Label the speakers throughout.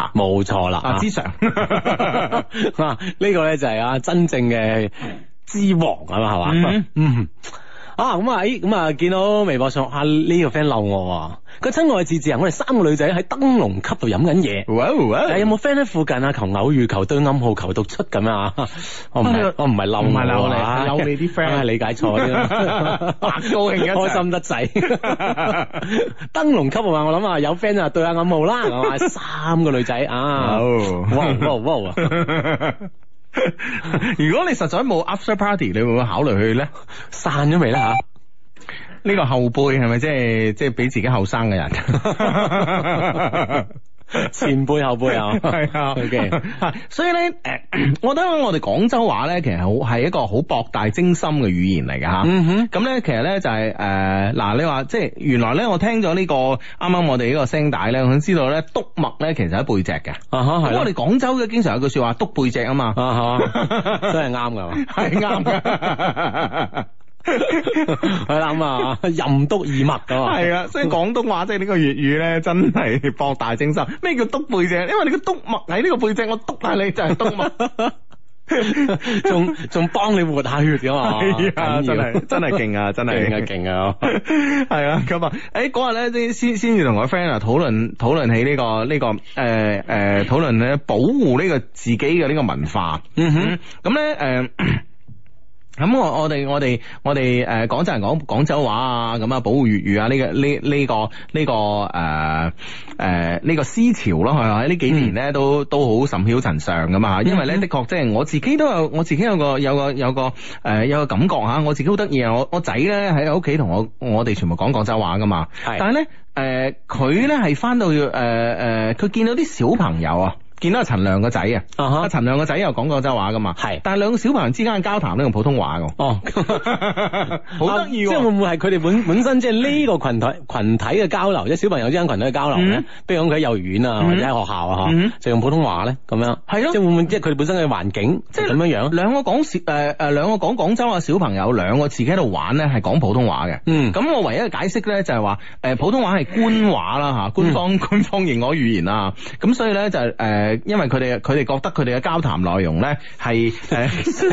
Speaker 1: 啦，冇錯啦，
Speaker 2: 啊之上
Speaker 1: 啊呢個咧就係啊真正嘅之王啊嘛，係嘛
Speaker 2: 嗯，
Speaker 1: 嗯。啊咁啊，咦咁啊，見到微博上啊呢、個 friend 嬲我喎，佢親愛自自啊，我哋三個女仔喺燈籠級度飲緊嘢，
Speaker 2: 哇 哇
Speaker 1: 哎誒有冇 friend 喺附近啊？求偶遇、求對暗號、求讀出咁樣啊？我唔係我唔係嬲，
Speaker 2: 哎唔係嬲你
Speaker 1: 啊
Speaker 2: 係嬲你啲 friend
Speaker 1: 啊理解錯啫，
Speaker 2: 白高興一陣
Speaker 1: 開心得滯。燈籠級啊嘛，我諗啊有 friend 啊對下暗號啦，係嘛？三個女仔啊，哇哇哇！
Speaker 2: 如果你實在冇 after party，你會唔會考慮去咧？
Speaker 1: 散咗未啦
Speaker 2: 呢個後輩係咪即係即係比自己後生嘅人？
Speaker 1: 吓？前輩後輩啊，
Speaker 2: 係啊
Speaker 1: OK
Speaker 2: 係所以咧，誒，我覺得我哋廣州話咧，其實好係一個好博大精深嘅語言嚟嘅嚇。
Speaker 1: 嗯哼，
Speaker 2: 咁咧，其實咧就係誒嗱，你話即係原來咧，我聽咗呢、個啱啱我哋呢個聲帶咧，我知道咧督脈咧其實喺背脊嘅。
Speaker 1: 啊哈係
Speaker 2: 咁我
Speaker 1: 啦
Speaker 2: 哋廣州嘅經常有句説話督背脊啊嘛，
Speaker 1: 啊哈， 真係啱噶。
Speaker 2: 係啱嘅。
Speaker 1: 係啦咁啊，任督二脈噶嘛，
Speaker 2: 係啊，所以廣東話即係呢個粵語咧，真係博大精深。咩叫督背脊？因為你個督脈喺呢個背脊，我督下你就係督 脈。
Speaker 1: 仲仲幫你活下血噶 嘛，
Speaker 2: 係啊，
Speaker 1: 哦緊
Speaker 2: 真
Speaker 1: 要
Speaker 2: 係 真係勁啊，真係
Speaker 1: 勁啊勁啊！
Speaker 2: 係啊，咁啊，誒嗰日咧，先先至同我 friend 啊討論討論起呢、個呢、個誒誒討論咧保護呢個自己嘅呢個文化。
Speaker 1: 嗯哼
Speaker 2: 嗯，咁咧誒。 咁我我哋我哋我哋誒廣州人講廣州話啊，咁啊保護粵語啊，呢、個呢呢、個呢、個誒誒呢個思潮咯，係咪？呢
Speaker 1: 嗯
Speaker 2: 幾年咧都都好甚囂塵上噶嘛，因為咧的確即係我自己都有我自己有個有個有個誒、有個感覺嚇，我自己好得意啊！我我仔咧喺屋企同我我哋全部講廣州話噶嘛，
Speaker 1: 係
Speaker 2: 但係咧誒佢咧係翻到誒誒，佢、見到啲小朋友啊，見到阿陳亮個仔啊。
Speaker 1: 啊哈
Speaker 2: 阿，陳亮個仔又講廣州話噶嘛，
Speaker 1: 係
Speaker 2: 但係兩個小朋友之間嘅交談都用普通話噶，
Speaker 1: 哦，
Speaker 2: 好得意
Speaker 1: 啊即係會
Speaker 2: 喎。
Speaker 1: 唔會係佢哋本本身即係呢個群體群體嘅交流，即係小朋友之間群體嘅交流咧
Speaker 2: 嗯？
Speaker 1: 比如講佢喺幼兒園啊，
Speaker 2: 嗯
Speaker 1: 或者喺學校啊，
Speaker 2: 嗯
Speaker 1: 嗬，就用普通話咧，咁樣
Speaker 2: 係咯
Speaker 1: 即係會唔會即係佢哋本身嘅環境即
Speaker 2: 即係
Speaker 1: 係咁樣樣？
Speaker 2: 兩個講小誒誒兩個講廣州話小朋友，兩個自己喺度玩咧係講普通話嘅。
Speaker 1: 嗯，
Speaker 2: 咁我唯一嘅解釋咧就係話，誒普通話係官話啦
Speaker 1: 嗯
Speaker 2: 嚇，官方、官方認可語言啦，咁所以咧就係誒，因為佢哋佢哋覺得佢哋嘅交談內容咧係 誒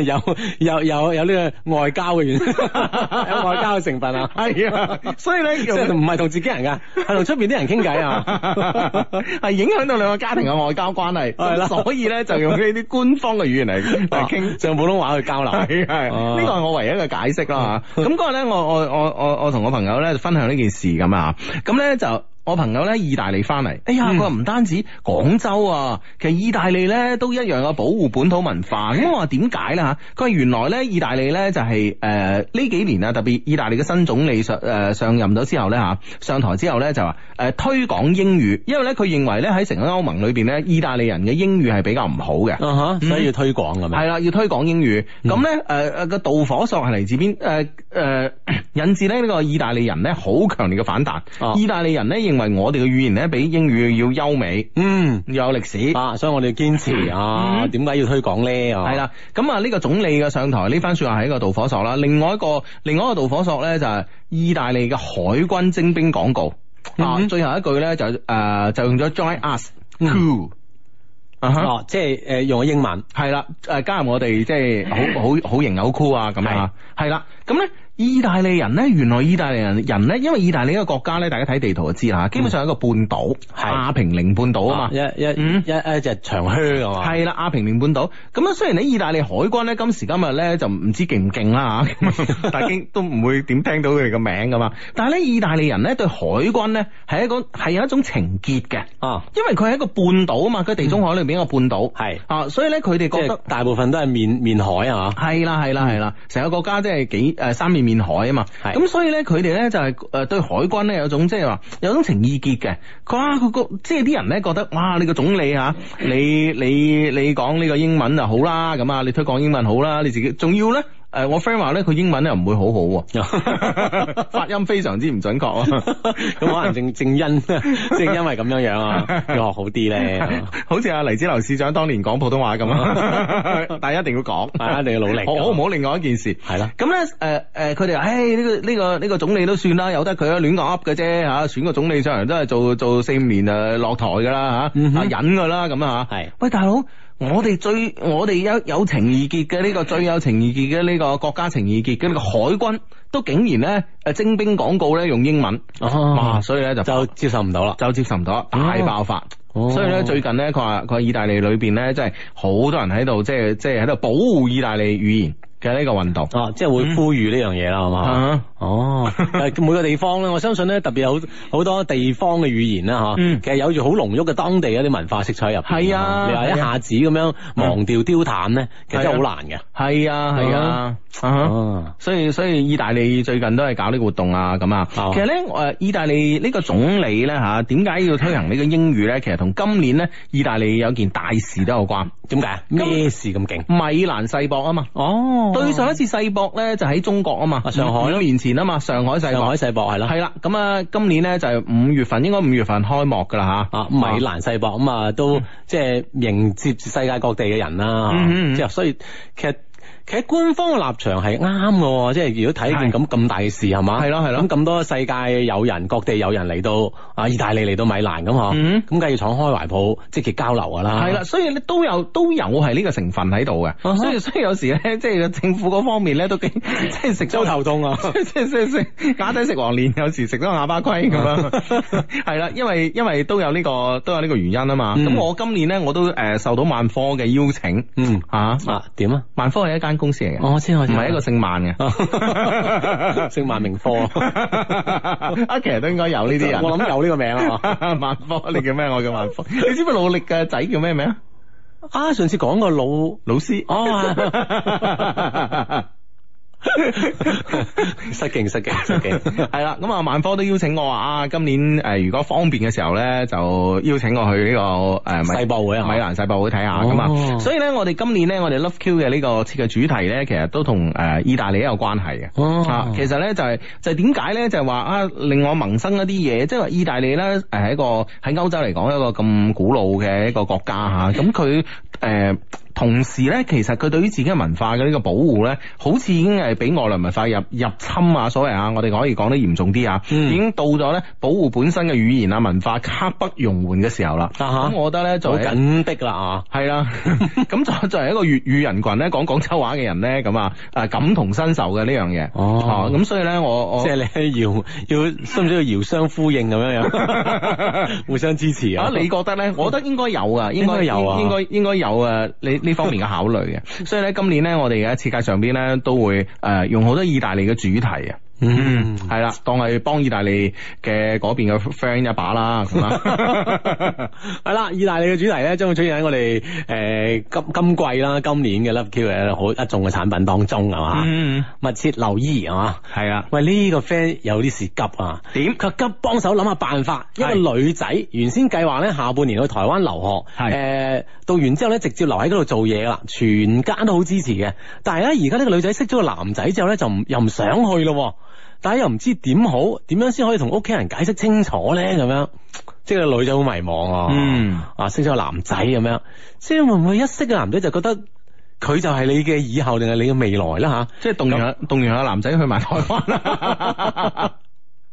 Speaker 1: 有有有有呢個外交嘅 元素，有外交嘅成分啊，
Speaker 2: 係啊，所以咧
Speaker 1: 即係唔係同自己人㗎，係同出邊啲人傾偈啊。
Speaker 2: 係影響到兩個家庭嘅外交關係，
Speaker 1: 係啦啊
Speaker 2: 所以咧就用呢啲官方嘅語言嚟嚟傾。
Speaker 1: 傾用普通話去交流， 嗯
Speaker 2: 係係，
Speaker 1: 啊
Speaker 2: 呢個係我唯一嘅解釋啦嚇。咁嗰日咧，我我我我我同我朋友咧分享呢件事咁啊，咁咧就。我朋友咧意大利翻嚟，哎呀，
Speaker 1: 嗯
Speaker 2: 佢話唔單止廣州啊，其實意大利咧都一樣嘅保護本土文 化。咁我話點解咧嚇？佢話原來咧意大利咧就係誒呢幾年啊，特別意大利嘅新總理上誒、呃上任咗之後咧嚇，上台之後咧就話誒、呃推廣英語，因為咧佢認為咧喺成個歐盟裏邊咧，意大利人嘅英語係比較唔好嘅。
Speaker 1: 啊哈，所以要推廣咁樣。
Speaker 2: 嗯係嗯啦，要推廣英語。咁咧，誒誒個導火索係嚟自邊？誒、誒、 引致咧呢個意大利人咧好強烈嘅反彈。
Speaker 1: 哦
Speaker 2: 意大利人咧認為我哋嘅語言咧比英語要優美，
Speaker 1: 嗯
Speaker 2: 要有歷史。
Speaker 1: 啊，所以我哋要堅持啊，
Speaker 2: 嗯
Speaker 1: 點解要推廣咧？
Speaker 2: 係
Speaker 1: 係，
Speaker 2: 啦，咁啊呢個總理嘅上台呢番説話係一個導火索啦。另外一個另外一個導火索咧就係意大利嘅海軍徵兵廣告啊，
Speaker 1: 嗯
Speaker 2: 最後一句咧就誒、就用咗 join us cool 嗯啊哈
Speaker 1: 哦，即係誒用個英文，
Speaker 2: 係啦，誒加入我哋即係好好好型好酷啊咁啊，係啦，咁咧意大利人咧，原來意大利人人咧，因為意大利呢個國家咧，大家睇地圖就知啦，基本上係一個半島，
Speaker 1: 係
Speaker 2: 亞平寧半島啊
Speaker 1: 啊
Speaker 2: 嘛
Speaker 1: 一。一
Speaker 2: 嗯
Speaker 1: 一一隻長靴啊嘛。
Speaker 2: 係啦，亞平寧半島咁啊。雖然咧，意大利海軍咧今時今日咧就唔知勁唔勁啦 嚇，啊大家都唔會點聽到佢哋嘅名噶嘛。但係咧，意大利人咧對海軍咧係一個係有一種情結嘅，
Speaker 1: 啊，
Speaker 2: 因為佢係一個半島啊嘛，佢地中海裏邊一個半島，
Speaker 1: 係
Speaker 2: 啊，所以咧佢
Speaker 1: 即
Speaker 2: 哋覺得
Speaker 1: 係。大部分都係面面海啊嘛。
Speaker 2: 係啦，係啦，係啦，成個國家即係幾誒三面面海啊嘛，
Speaker 1: 係
Speaker 2: 咁所以咧佢哋咧就係誒對海軍咧有種即係話有種情意結嘅，佢哇佢個即係啲人咧覺得哇你個總理嚇你你你講呢個英文就好啦，咁啊你推廣英文好啦，你自己仲要咧诶，我 friend 話咧，佢英文咧唔會好 好喎，發音非常之唔準確啊。
Speaker 1: 咁可能 正正因正因為咁樣樣啊，要學好啲啊 咧，
Speaker 2: 好似阿黎子劉市長當年講普通話 咁啊，但係一定要講，
Speaker 1: 係啊一定要努力
Speaker 2: 好好唔好？另外一件事
Speaker 1: 係啦。
Speaker 2: 咁咧，誒誒，呃佢哋話：，唉，呢個呢個呢個總理都算啦，由得佢啊，亂講噏嘅啫嚇，選個總理上嚟都係做做四五年誒落台㗎啦
Speaker 1: 嗯
Speaker 2: 嚇，
Speaker 1: 哼
Speaker 2: 啊忍㗎啦咁啊嚇。
Speaker 1: 係
Speaker 2: 喂，大佬。我哋最我哋有有情意結嘅呢、個最有情意結嘅呢個國家情意結嘅呢個海軍，都竟然咧誒徵兵廣告咧用英文，哇！
Speaker 1: 哦，
Speaker 2: 所以咧就
Speaker 1: 就接受唔到啦。
Speaker 2: 就接受唔到，大爆發。
Speaker 1: 哦
Speaker 2: 所以咧，最近咧，佢話佢話意大利裏邊咧，即係好多人喺度，即係即係喺度保護意大利語言嘅呢個運動。
Speaker 1: 哦，即係
Speaker 2: 嗯
Speaker 1: 會呼籲呢樣嘢啦，係嘛？
Speaker 2: 啊
Speaker 1: 哦，但係每個地方咧，我相信咧，特別有好多地方嘅語言啦，吓、
Speaker 2: 嗯
Speaker 1: 其實有住好濃郁嘅當地嗰啲文化色彩入邊。
Speaker 2: 係啊嗯
Speaker 1: 你話一下子咁樣忘掉丟淡咧，其實真係好難嘅。
Speaker 2: 係啊，係啊，啊哈
Speaker 1: 哦，
Speaker 2: 所以所以意大利最近都係搞呢個活動啊，咁啊，
Speaker 1: 哦
Speaker 2: 其實咧，誒意大利呢個總理咧嚇，點解要推行呢個英語咧？其實同今年咧，意大利有件大事都有關，
Speaker 1: 點解？啊咩事咁勁？
Speaker 2: 米蘭世博啊嘛。
Speaker 1: 哦
Speaker 2: 對上一次世博咧就喺中國啊嘛，
Speaker 1: 啊上海
Speaker 2: 五年前啊嘛，上海世
Speaker 1: 上
Speaker 2: 博
Speaker 1: 海。世博係啦
Speaker 2: 系。啦，咁啊，今年咧就係五月份，應該五月份開幕噶啦吓。
Speaker 1: 啊，米蘭世博咁啊，
Speaker 2: 嗯
Speaker 1: 都即係迎接世界各地嘅人啦
Speaker 2: 嗯嗯嗯，
Speaker 1: 即係所以其實。其實官方嘅立場係啱嘅喎，即係如果睇一件咁咁大嘅事係嘛，
Speaker 2: 係咯係咯
Speaker 1: 咁咁多世界友人、各地友人嚟到啊，意大利嚟到米蘭咁嗬，
Speaker 2: 嗯
Speaker 1: 咁梗係要敞開懷抱，積極交流㗎啦。
Speaker 2: 係啦，所以咧都有都有係呢個成分喺度
Speaker 1: 啊哈
Speaker 2: 嘅，所以所 以有時咧，即係政府嗰方面咧都幾即係食咗，
Speaker 1: 都頭痛啊
Speaker 2: 即係即係食假仔食黃連，有時食咗啞巴虧咁樣，係啦，因為因為都有呢個都有呢個原因啊嘛。
Speaker 1: 嗯
Speaker 2: 咁我今年咧我都誒受到萬科嘅邀請
Speaker 1: 嗯
Speaker 2: 嚇，
Speaker 1: 啊點啊？
Speaker 2: 萬科係一間公司嚟嘅，
Speaker 1: 我知我
Speaker 2: 唔
Speaker 1: 知，
Speaker 2: 係一 個姓萬嘅。
Speaker 1: 姓萬名科，我
Speaker 2: 啊，其實都應該有呢啲人。
Speaker 1: 諗有呢個名啊。
Speaker 2: 萬科，你叫咩？我叫萬科。你知唔知努力嘅仔叫咩名？
Speaker 1: 啊，上次講個老
Speaker 2: 老師。
Speaker 1: 哦啊 失敬失敬失敬。
Speaker 2: 係啦，咁啊，萬科都邀請我話啊，今年誒、呃如果方便嘅時候咧，就邀請我去呢、個誒、呃米
Speaker 1: 世博會啊
Speaker 2: 米蘭世博會睇下咁啊。
Speaker 1: 哦
Speaker 2: 所以咧，我哋今年咧，我哋 Love Q 嘅呢個設計主題咧，其實都同誒、呃意大利有關係嘅。
Speaker 1: 哦
Speaker 2: 啊，其實咧就係、就係點解咧就係、話啊，令我萌生一啲嘢，即係話意大利咧誒係一個喺歐洲嚟講一個咁古老嘅一個國家 嚇，咁佢誒。同時咧，其實佢對於自己嘅文化嘅呢個保護咧，好似已經係俾外來文化入入侵啊，所謂啊，我哋可以講得嚴重啲啊，
Speaker 1: 嗯
Speaker 2: 已經到咗咧保護本身嘅語言啊、文化刻不容緩嘅時候啦。咁、
Speaker 1: 啊哈
Speaker 2: 我覺得咧，
Speaker 1: 就
Speaker 2: 作為
Speaker 1: 緊迫啦啊！
Speaker 2: 系 啦，咁作作為一個粵語人群咧，講廣州話嘅人咧，咁啊，啊感同身受嘅呢樣嘢。
Speaker 1: 哦
Speaker 2: 啊咁所以咧，我我
Speaker 1: 即係你要要需唔需要遙相呼應咁樣 樣，互相支持
Speaker 2: 啊
Speaker 1: 啊！，
Speaker 2: 你覺得咧？我覺得應該有啊，應該
Speaker 1: 應該有啊
Speaker 2: 應該應該有啊，呢呢方面嘅考慮 嘅。所以咧，今年咧，我哋嘅設計上邊咧，都會誒用好多意大利嘅主題啊。
Speaker 1: 嗯
Speaker 2: 係啦，當係幫意大利嘅嗰邊嘅 friend 一把啦，咁啊 啦。
Speaker 1: 係啦，意大利嘅主題咧，將會出現喺我哋誒今今季啦，今年嘅 Love Q 嘅好一眾嘅產品當中係嘛，
Speaker 2: 嗯，
Speaker 1: 密切留意係嘛。
Speaker 2: 係啦。
Speaker 1: 喂，呢、個 friend 有啲事急啊！
Speaker 2: 點
Speaker 1: 佢急幫手諗下辦法。一
Speaker 2: 係
Speaker 1: 個女仔原先計劃咧下半年去台灣留學，
Speaker 2: 係
Speaker 1: 呃到完之後咧直接留喺嗰度做嘢啦，全家都好支持嘅。但係咧而家呢個女仔識咗個男仔之後咧就唔又唔想去咯喎，但係又唔知點好，點樣先可以同屋企人解釋清楚咧咁樣。即係個女仔好迷茫啊！
Speaker 2: 嗯
Speaker 1: 啊，識咗個男仔咁樣，即係會唔會一識個男仔就覺得佢就係你嘅以後定係你嘅未來啦吓？
Speaker 2: 即係動員下動員下男仔去埋台灣啦。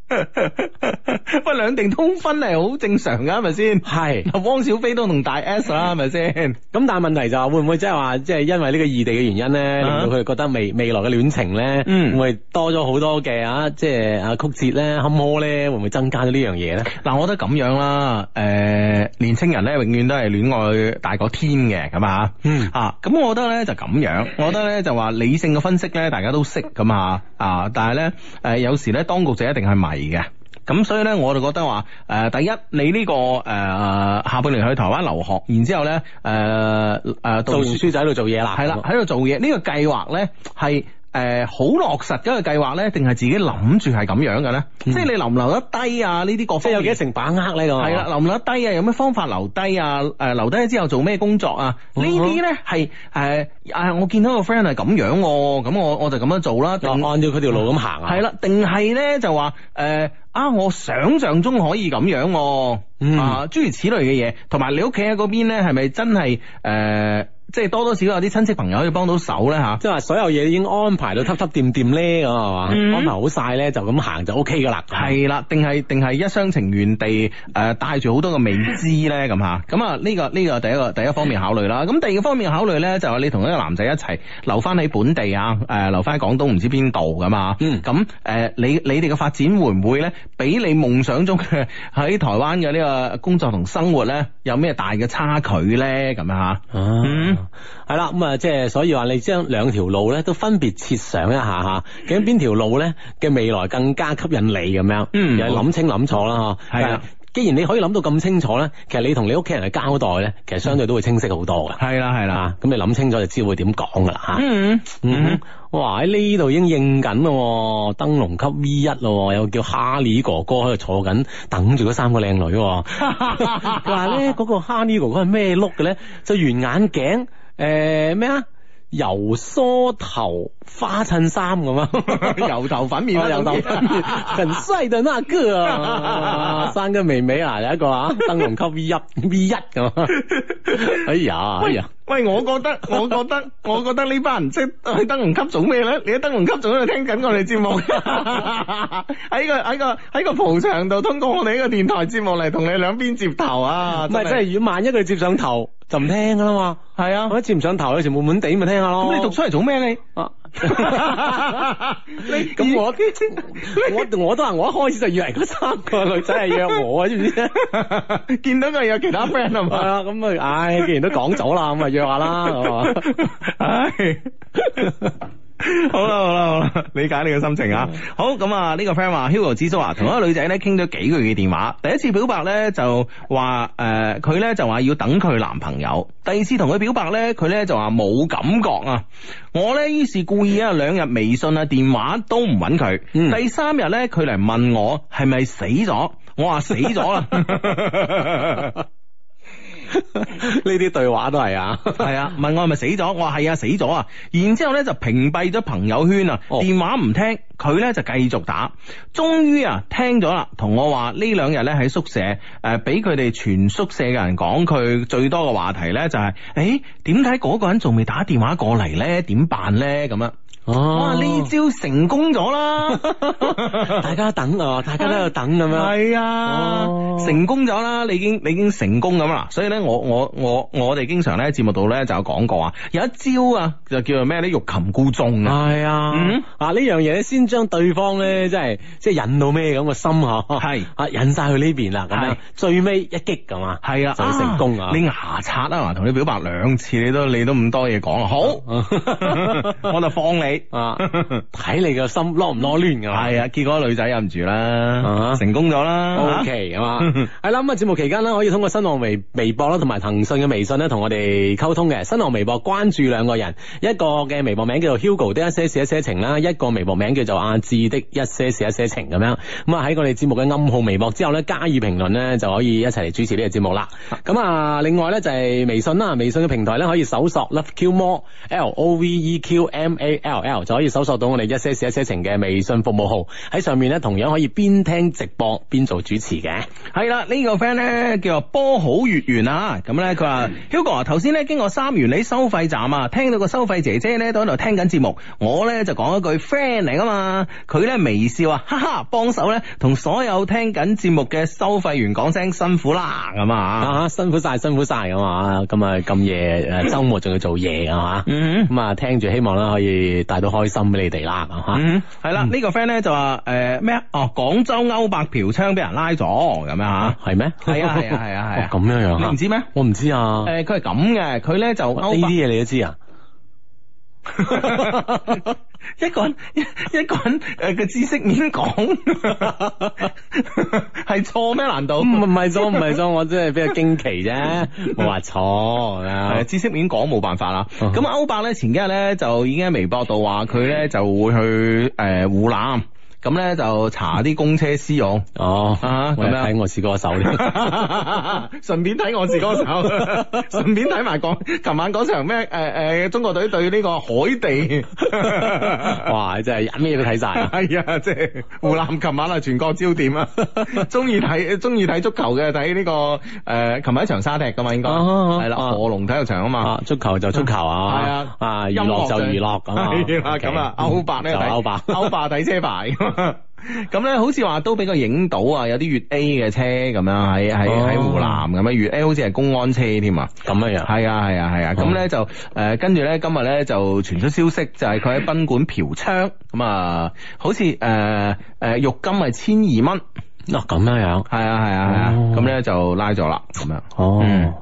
Speaker 2: 喂，兩地通婚係好正常噶，係咪先？
Speaker 1: 係
Speaker 2: 嗱，汪小菲都同大 S 啦，係咪先？
Speaker 1: 咁但係問題就係會唔會即係話，即係因為呢個異地嘅原因咧，令
Speaker 2: 啊
Speaker 1: 到佢哋覺得未未來嘅戀情咧，
Speaker 2: 嗯
Speaker 1: 會多咗好多嘅啊，即係啊曲折咧、坎坷咧，會唔會增加咗呢樣嘢咧？
Speaker 2: 嗱，我覺得咁樣啦，誒、年青人咧，永遠都係戀愛大過天嘅，咁啊，
Speaker 1: 嗯
Speaker 2: 啊，咁我覺得咧就咁樣，我覺得咧就話理性嘅分析咧，大家都識咁啊，啊，但係咧，誒、有時咧，當局者一定係迷嘅。咁所以咧，我就覺得話，誒、第一，你呢、個誒、下半年去台灣留學，然之後咧，誒、誒、
Speaker 1: 做完書就喺度做嘢啦，啊
Speaker 2: 係啦，喺度做嘢呢個計劃咧係。誒、诶好落實嘅一個計劃咧，定係自己諗住係咁樣嘅咧？即係你留唔留得低啊？呢啲
Speaker 1: 即係
Speaker 2: 各方
Speaker 1: 有
Speaker 2: 面
Speaker 1: 幾多成把握咧咁？
Speaker 2: 系啦，，留唔留得低啊？有咩方法留低啊？诶、留低之後做咩工作啊？呢啲咧係诶啊，我見到個 friend 係咁樣喎，咁我我就咁樣做啦。定
Speaker 1: 就按照佢條路咁行啊。
Speaker 2: 係，啦，定係咧就話诶、啊，我想像中可以咁樣喎、
Speaker 1: 嗯
Speaker 2: 啊，諸如此類嘅嘢，同埋你屋企喺嗰邊咧，係咪真係诶、誒即係多多少少有啲親戚朋友可以幫到手咧吓？
Speaker 1: 即係話所有嘢已經安排到揷揷掂掂咧，咁啊係嘛？
Speaker 2: 嗯
Speaker 1: 安排好晒咧，就咁行就 O K 噶啦。
Speaker 2: 係啦，定係定係一廂情願地诶、誒帶住好多嘅未知咧咁吓，咁啊呢個呢、個第一個第一方面考慮啦。咁第二個方面考慮咧就係你同一個男仔一齊留翻喺本地啊，诶、留翻喺廣東唔知邊度咁啊。
Speaker 1: 嗯
Speaker 2: 咁誒、呃你你哋嘅發展會唔會咧，比你夢想中嘅 喺台灣嘅呢個工作同生活咧，有咩大嘅差距咧？咁樣嚇，
Speaker 1: 啊
Speaker 2: 嗯，
Speaker 1: 係啦，咁啊，即係所以話你將兩條路咧都分別設想一下吓，究竟邊條路咧嘅未來更加吸引你咁樣，
Speaker 2: 嗯
Speaker 1: 又係諗清諗楚啦嗬。但
Speaker 2: 係啦
Speaker 1: 係既然你可以諗到咁清楚咧，其實你同你屋企人嘅交代咧，其實相對都會清晰好多噶。
Speaker 2: 係啦係啦，
Speaker 1: 啊，咁你諗清楚就知會點講噶啦吓。
Speaker 2: 嗯
Speaker 1: 嗯，哼，哇！喺呢度已經應緊咯喎，燈籠級 V 一咯喎，有個叫哈利哥哥喺度坐緊，等住嗰三個靚女 喎。佢話咧嗰個哈利哥哥係咩碌嘅咧？就圓眼鏡，誒咩啊？油梳頭花襯衫咁 啊！
Speaker 2: 油頭粉面啦，
Speaker 1: 哦 油頭粉面，很帥的那個啊，三個妹妹啊，有一個啊，燈籠級 V 一 V 一咁啊！哎呀，哎
Speaker 2: 喂
Speaker 1: 呀！
Speaker 2: 喂，我覺 得，我覺得，我覺得呢班人即係去燈籠級做咩咧？你喺燈籠級仲喺度聽緊我哋節目， 喺個喺個喺個蒲場度通過我哋呢個電台節目嚟同你兩邊接頭啊！
Speaker 1: 唔係，即係如果萬一佢接上頭就唔聽噶啦嘛。
Speaker 2: 係啊
Speaker 1: 我一接唔上頭，有時悶悶地咪聽下咯。
Speaker 2: 咁你讀出嚟做咩你？
Speaker 1: 啊？
Speaker 2: 你
Speaker 1: 咁我我我都話我一開始就以為嗰三個女仔係約我啊，知唔知啊？
Speaker 2: 見到佢有其他 friend 係
Speaker 1: 係
Speaker 2: 嘛？
Speaker 1: 啊，咁啊，唉，既然都講咗啦，咁啊約下啦， 係嘛？
Speaker 2: 唉。好啦好啦好啦，理解你嘅心情啊。好咁啊，呢個 friend 話 Hugo 之叔啊，同一個女仔咧傾咗幾個月嘅電話，第一次表白咧就話誒佢咧就話要等佢男朋友，第二次同佢表白咧佢咧就話冇感覺啊。我咧於是故意啊兩日微信啊電話都唔揾佢，
Speaker 1: 嗯
Speaker 2: 第三日咧佢嚟問我係咪死咗，我話死咗啦。
Speaker 1: 呢啲對話都係啊。
Speaker 2: 系啊，問我係咪死咗？我話係啊，死咗啊！然之后咧就屏蔽咗朋友圈啊，
Speaker 1: 哦
Speaker 2: 電話唔聽，佢咧就繼續打。終於啊，聽咗啦，同我話呢兩日咧喺宿舍诶，俾佢哋全宿舍嘅人講佢最多嘅話題咧就係诶點解嗰個人仲未打電話過嚟咧？點辦咧？咁樣哇！
Speaker 1: 哦
Speaker 2: 呢招成功咗啦！
Speaker 1: 大家等啊，大家都喺度等咁樣。
Speaker 2: 系啊，
Speaker 1: 哦
Speaker 2: 成功咗啦！你已經你已經成功咁啦，所以咧，我我我我哋經常咧喺節目度咧就有講過啊，有一招啊，就叫做咩咧欲擒故縱啊，
Speaker 1: 係啊
Speaker 2: 嗯，
Speaker 1: 啊呢樣嘢咧先將對方咧，即係即係引到咩咁嘅心嗬，
Speaker 2: 係
Speaker 1: 啊引晒去呢邊啦，咁
Speaker 2: 係
Speaker 1: 樣最尾一擊咁啊，
Speaker 2: 係啊，
Speaker 1: 就會成功啊
Speaker 2: 你牙刷啊，同你表白兩次，你都你都咁多嘢講啊，好， 我就放你。
Speaker 1: 啊，睇你個心攞唔攞亂㗎嘛。
Speaker 2: 係啊，結果女仔忍唔住啦
Speaker 1: 啊，
Speaker 2: 成功咗啦。
Speaker 1: O K 啊嘛，係啦咁啊，節目期間咧可以通過新浪微微博啦，同埋騰訊嘅微信咧同我哋溝通嘅。新浪微博關注兩個人，一個嘅微博名叫做 Hugo 的一些事一些情啦，一個微博名叫做阿志的一些事一些情咁樣。咁啊喺我哋節目嘅暗號微博之後咧，加以評論咧就可以一齊嚟主持呢個節目啦。咁啊，另外咧就係微信啦，微信嘅平台咧可以搜索 Love Q More L O V E Q M A L L 就可以搜索到我哋一些事一些情嘅微信服務號。喺上面咧同樣可以邊聽直播邊做主持嘅。
Speaker 2: 係啦，呢、個 friend 咧叫做波好月圓啊，咁咧佢話 Hugo 啊，頭先咧經過三元里收費站啊，聽到個收費姐姐咧都喺度聽緊節目，我咧就講一句 friend 嚟噶嘛，佢咧微笑啊，哈哈，幫手咧同所有聽緊節目嘅收費員講聲辛苦啦咁啊，
Speaker 1: 啊，辛苦晒，辛苦晒咁啊！咁啊，咁夜誒週末仲要做嘢啊嘛，
Speaker 2: 嗯。
Speaker 1: 咁啊聽住希望啦可以帶到開心俾你哋啦，啊嚇、
Speaker 2: 嗯，系啦，呢個 friend 咧就話诶咩啊？哦，廣州歐白嫖娼俾人拉咗咁樣吓，
Speaker 1: 係咩？
Speaker 2: 係啊係啊係啊係啊呃
Speaker 1: 哦咁樣樣
Speaker 2: 你
Speaker 1: 啊
Speaker 2: 唔？知咩？
Speaker 1: 我唔知啊，
Speaker 2: 诶，佢係咁嘅，佢咧就
Speaker 1: 哇呢
Speaker 2: 歐
Speaker 1: 啲
Speaker 2: 白
Speaker 1: 嘢你都知啊？
Speaker 2: 一個人一一個人誒嘅知識面講 係錯咩？難道
Speaker 1: 唔唔係咗，唔係咗，我真係比較驚奇啫，冇話錯
Speaker 2: 係
Speaker 1: 啊。
Speaker 2: 知識面講冇辦法啦。
Speaker 1: 嗯
Speaker 2: 咁歐伯咧前幾日咧就已經喺微博度話佢咧就會去誒湖南，咁咧就查啲公車私用。
Speaker 1: 哦，
Speaker 2: 啊
Speaker 1: 我又
Speaker 2: 咁樣
Speaker 1: 睇我試過手添。
Speaker 2: 順便睇我是歌手， 順便睇埋講琴晚嗰場咩誒誒中國隊對呢個海地，
Speaker 1: 哇！真係咩都睇晒。
Speaker 2: 係啊，即係湖南琴晚啊全國焦點 啊，中意睇中意睇足球嘅睇呢個誒，呃琴晚一場沙踢噶嘛應該
Speaker 1: 啊啊啊
Speaker 2: 係啦，
Speaker 1: 啊
Speaker 2: 賀龍體育場啊嘛。
Speaker 1: 啊，足球就足球啊，
Speaker 2: 係啊
Speaker 1: 啊，
Speaker 2: 音
Speaker 1: 娛樂就娛樂咁啊
Speaker 2: 係啦，
Speaker 1: OK，
Speaker 2: 咁啊，歐霸咧
Speaker 1: 就
Speaker 2: 睇
Speaker 1: 歐霸，
Speaker 2: 歐霸睇車牌 咁咧，好似話都俾佢影到啊，有啲粵 A 嘅車咁樣喺喺喺
Speaker 1: 哦
Speaker 2: 湖南咁樣，粵 A 好似係公安車添啊。
Speaker 1: 咁樣樣。
Speaker 2: 係啊係啊係啊，咁咧就誒跟住咧今日咧就傳出消息，就係佢喺賓館嫖娼，咁啊好似呃誒誒浴金係千二蚊，
Speaker 1: 嗱，咁樣樣。
Speaker 2: 係啊係啊係啊，
Speaker 1: 哦
Speaker 2: 咁咧就拉咗啦咁樣。嗯
Speaker 1: 哦，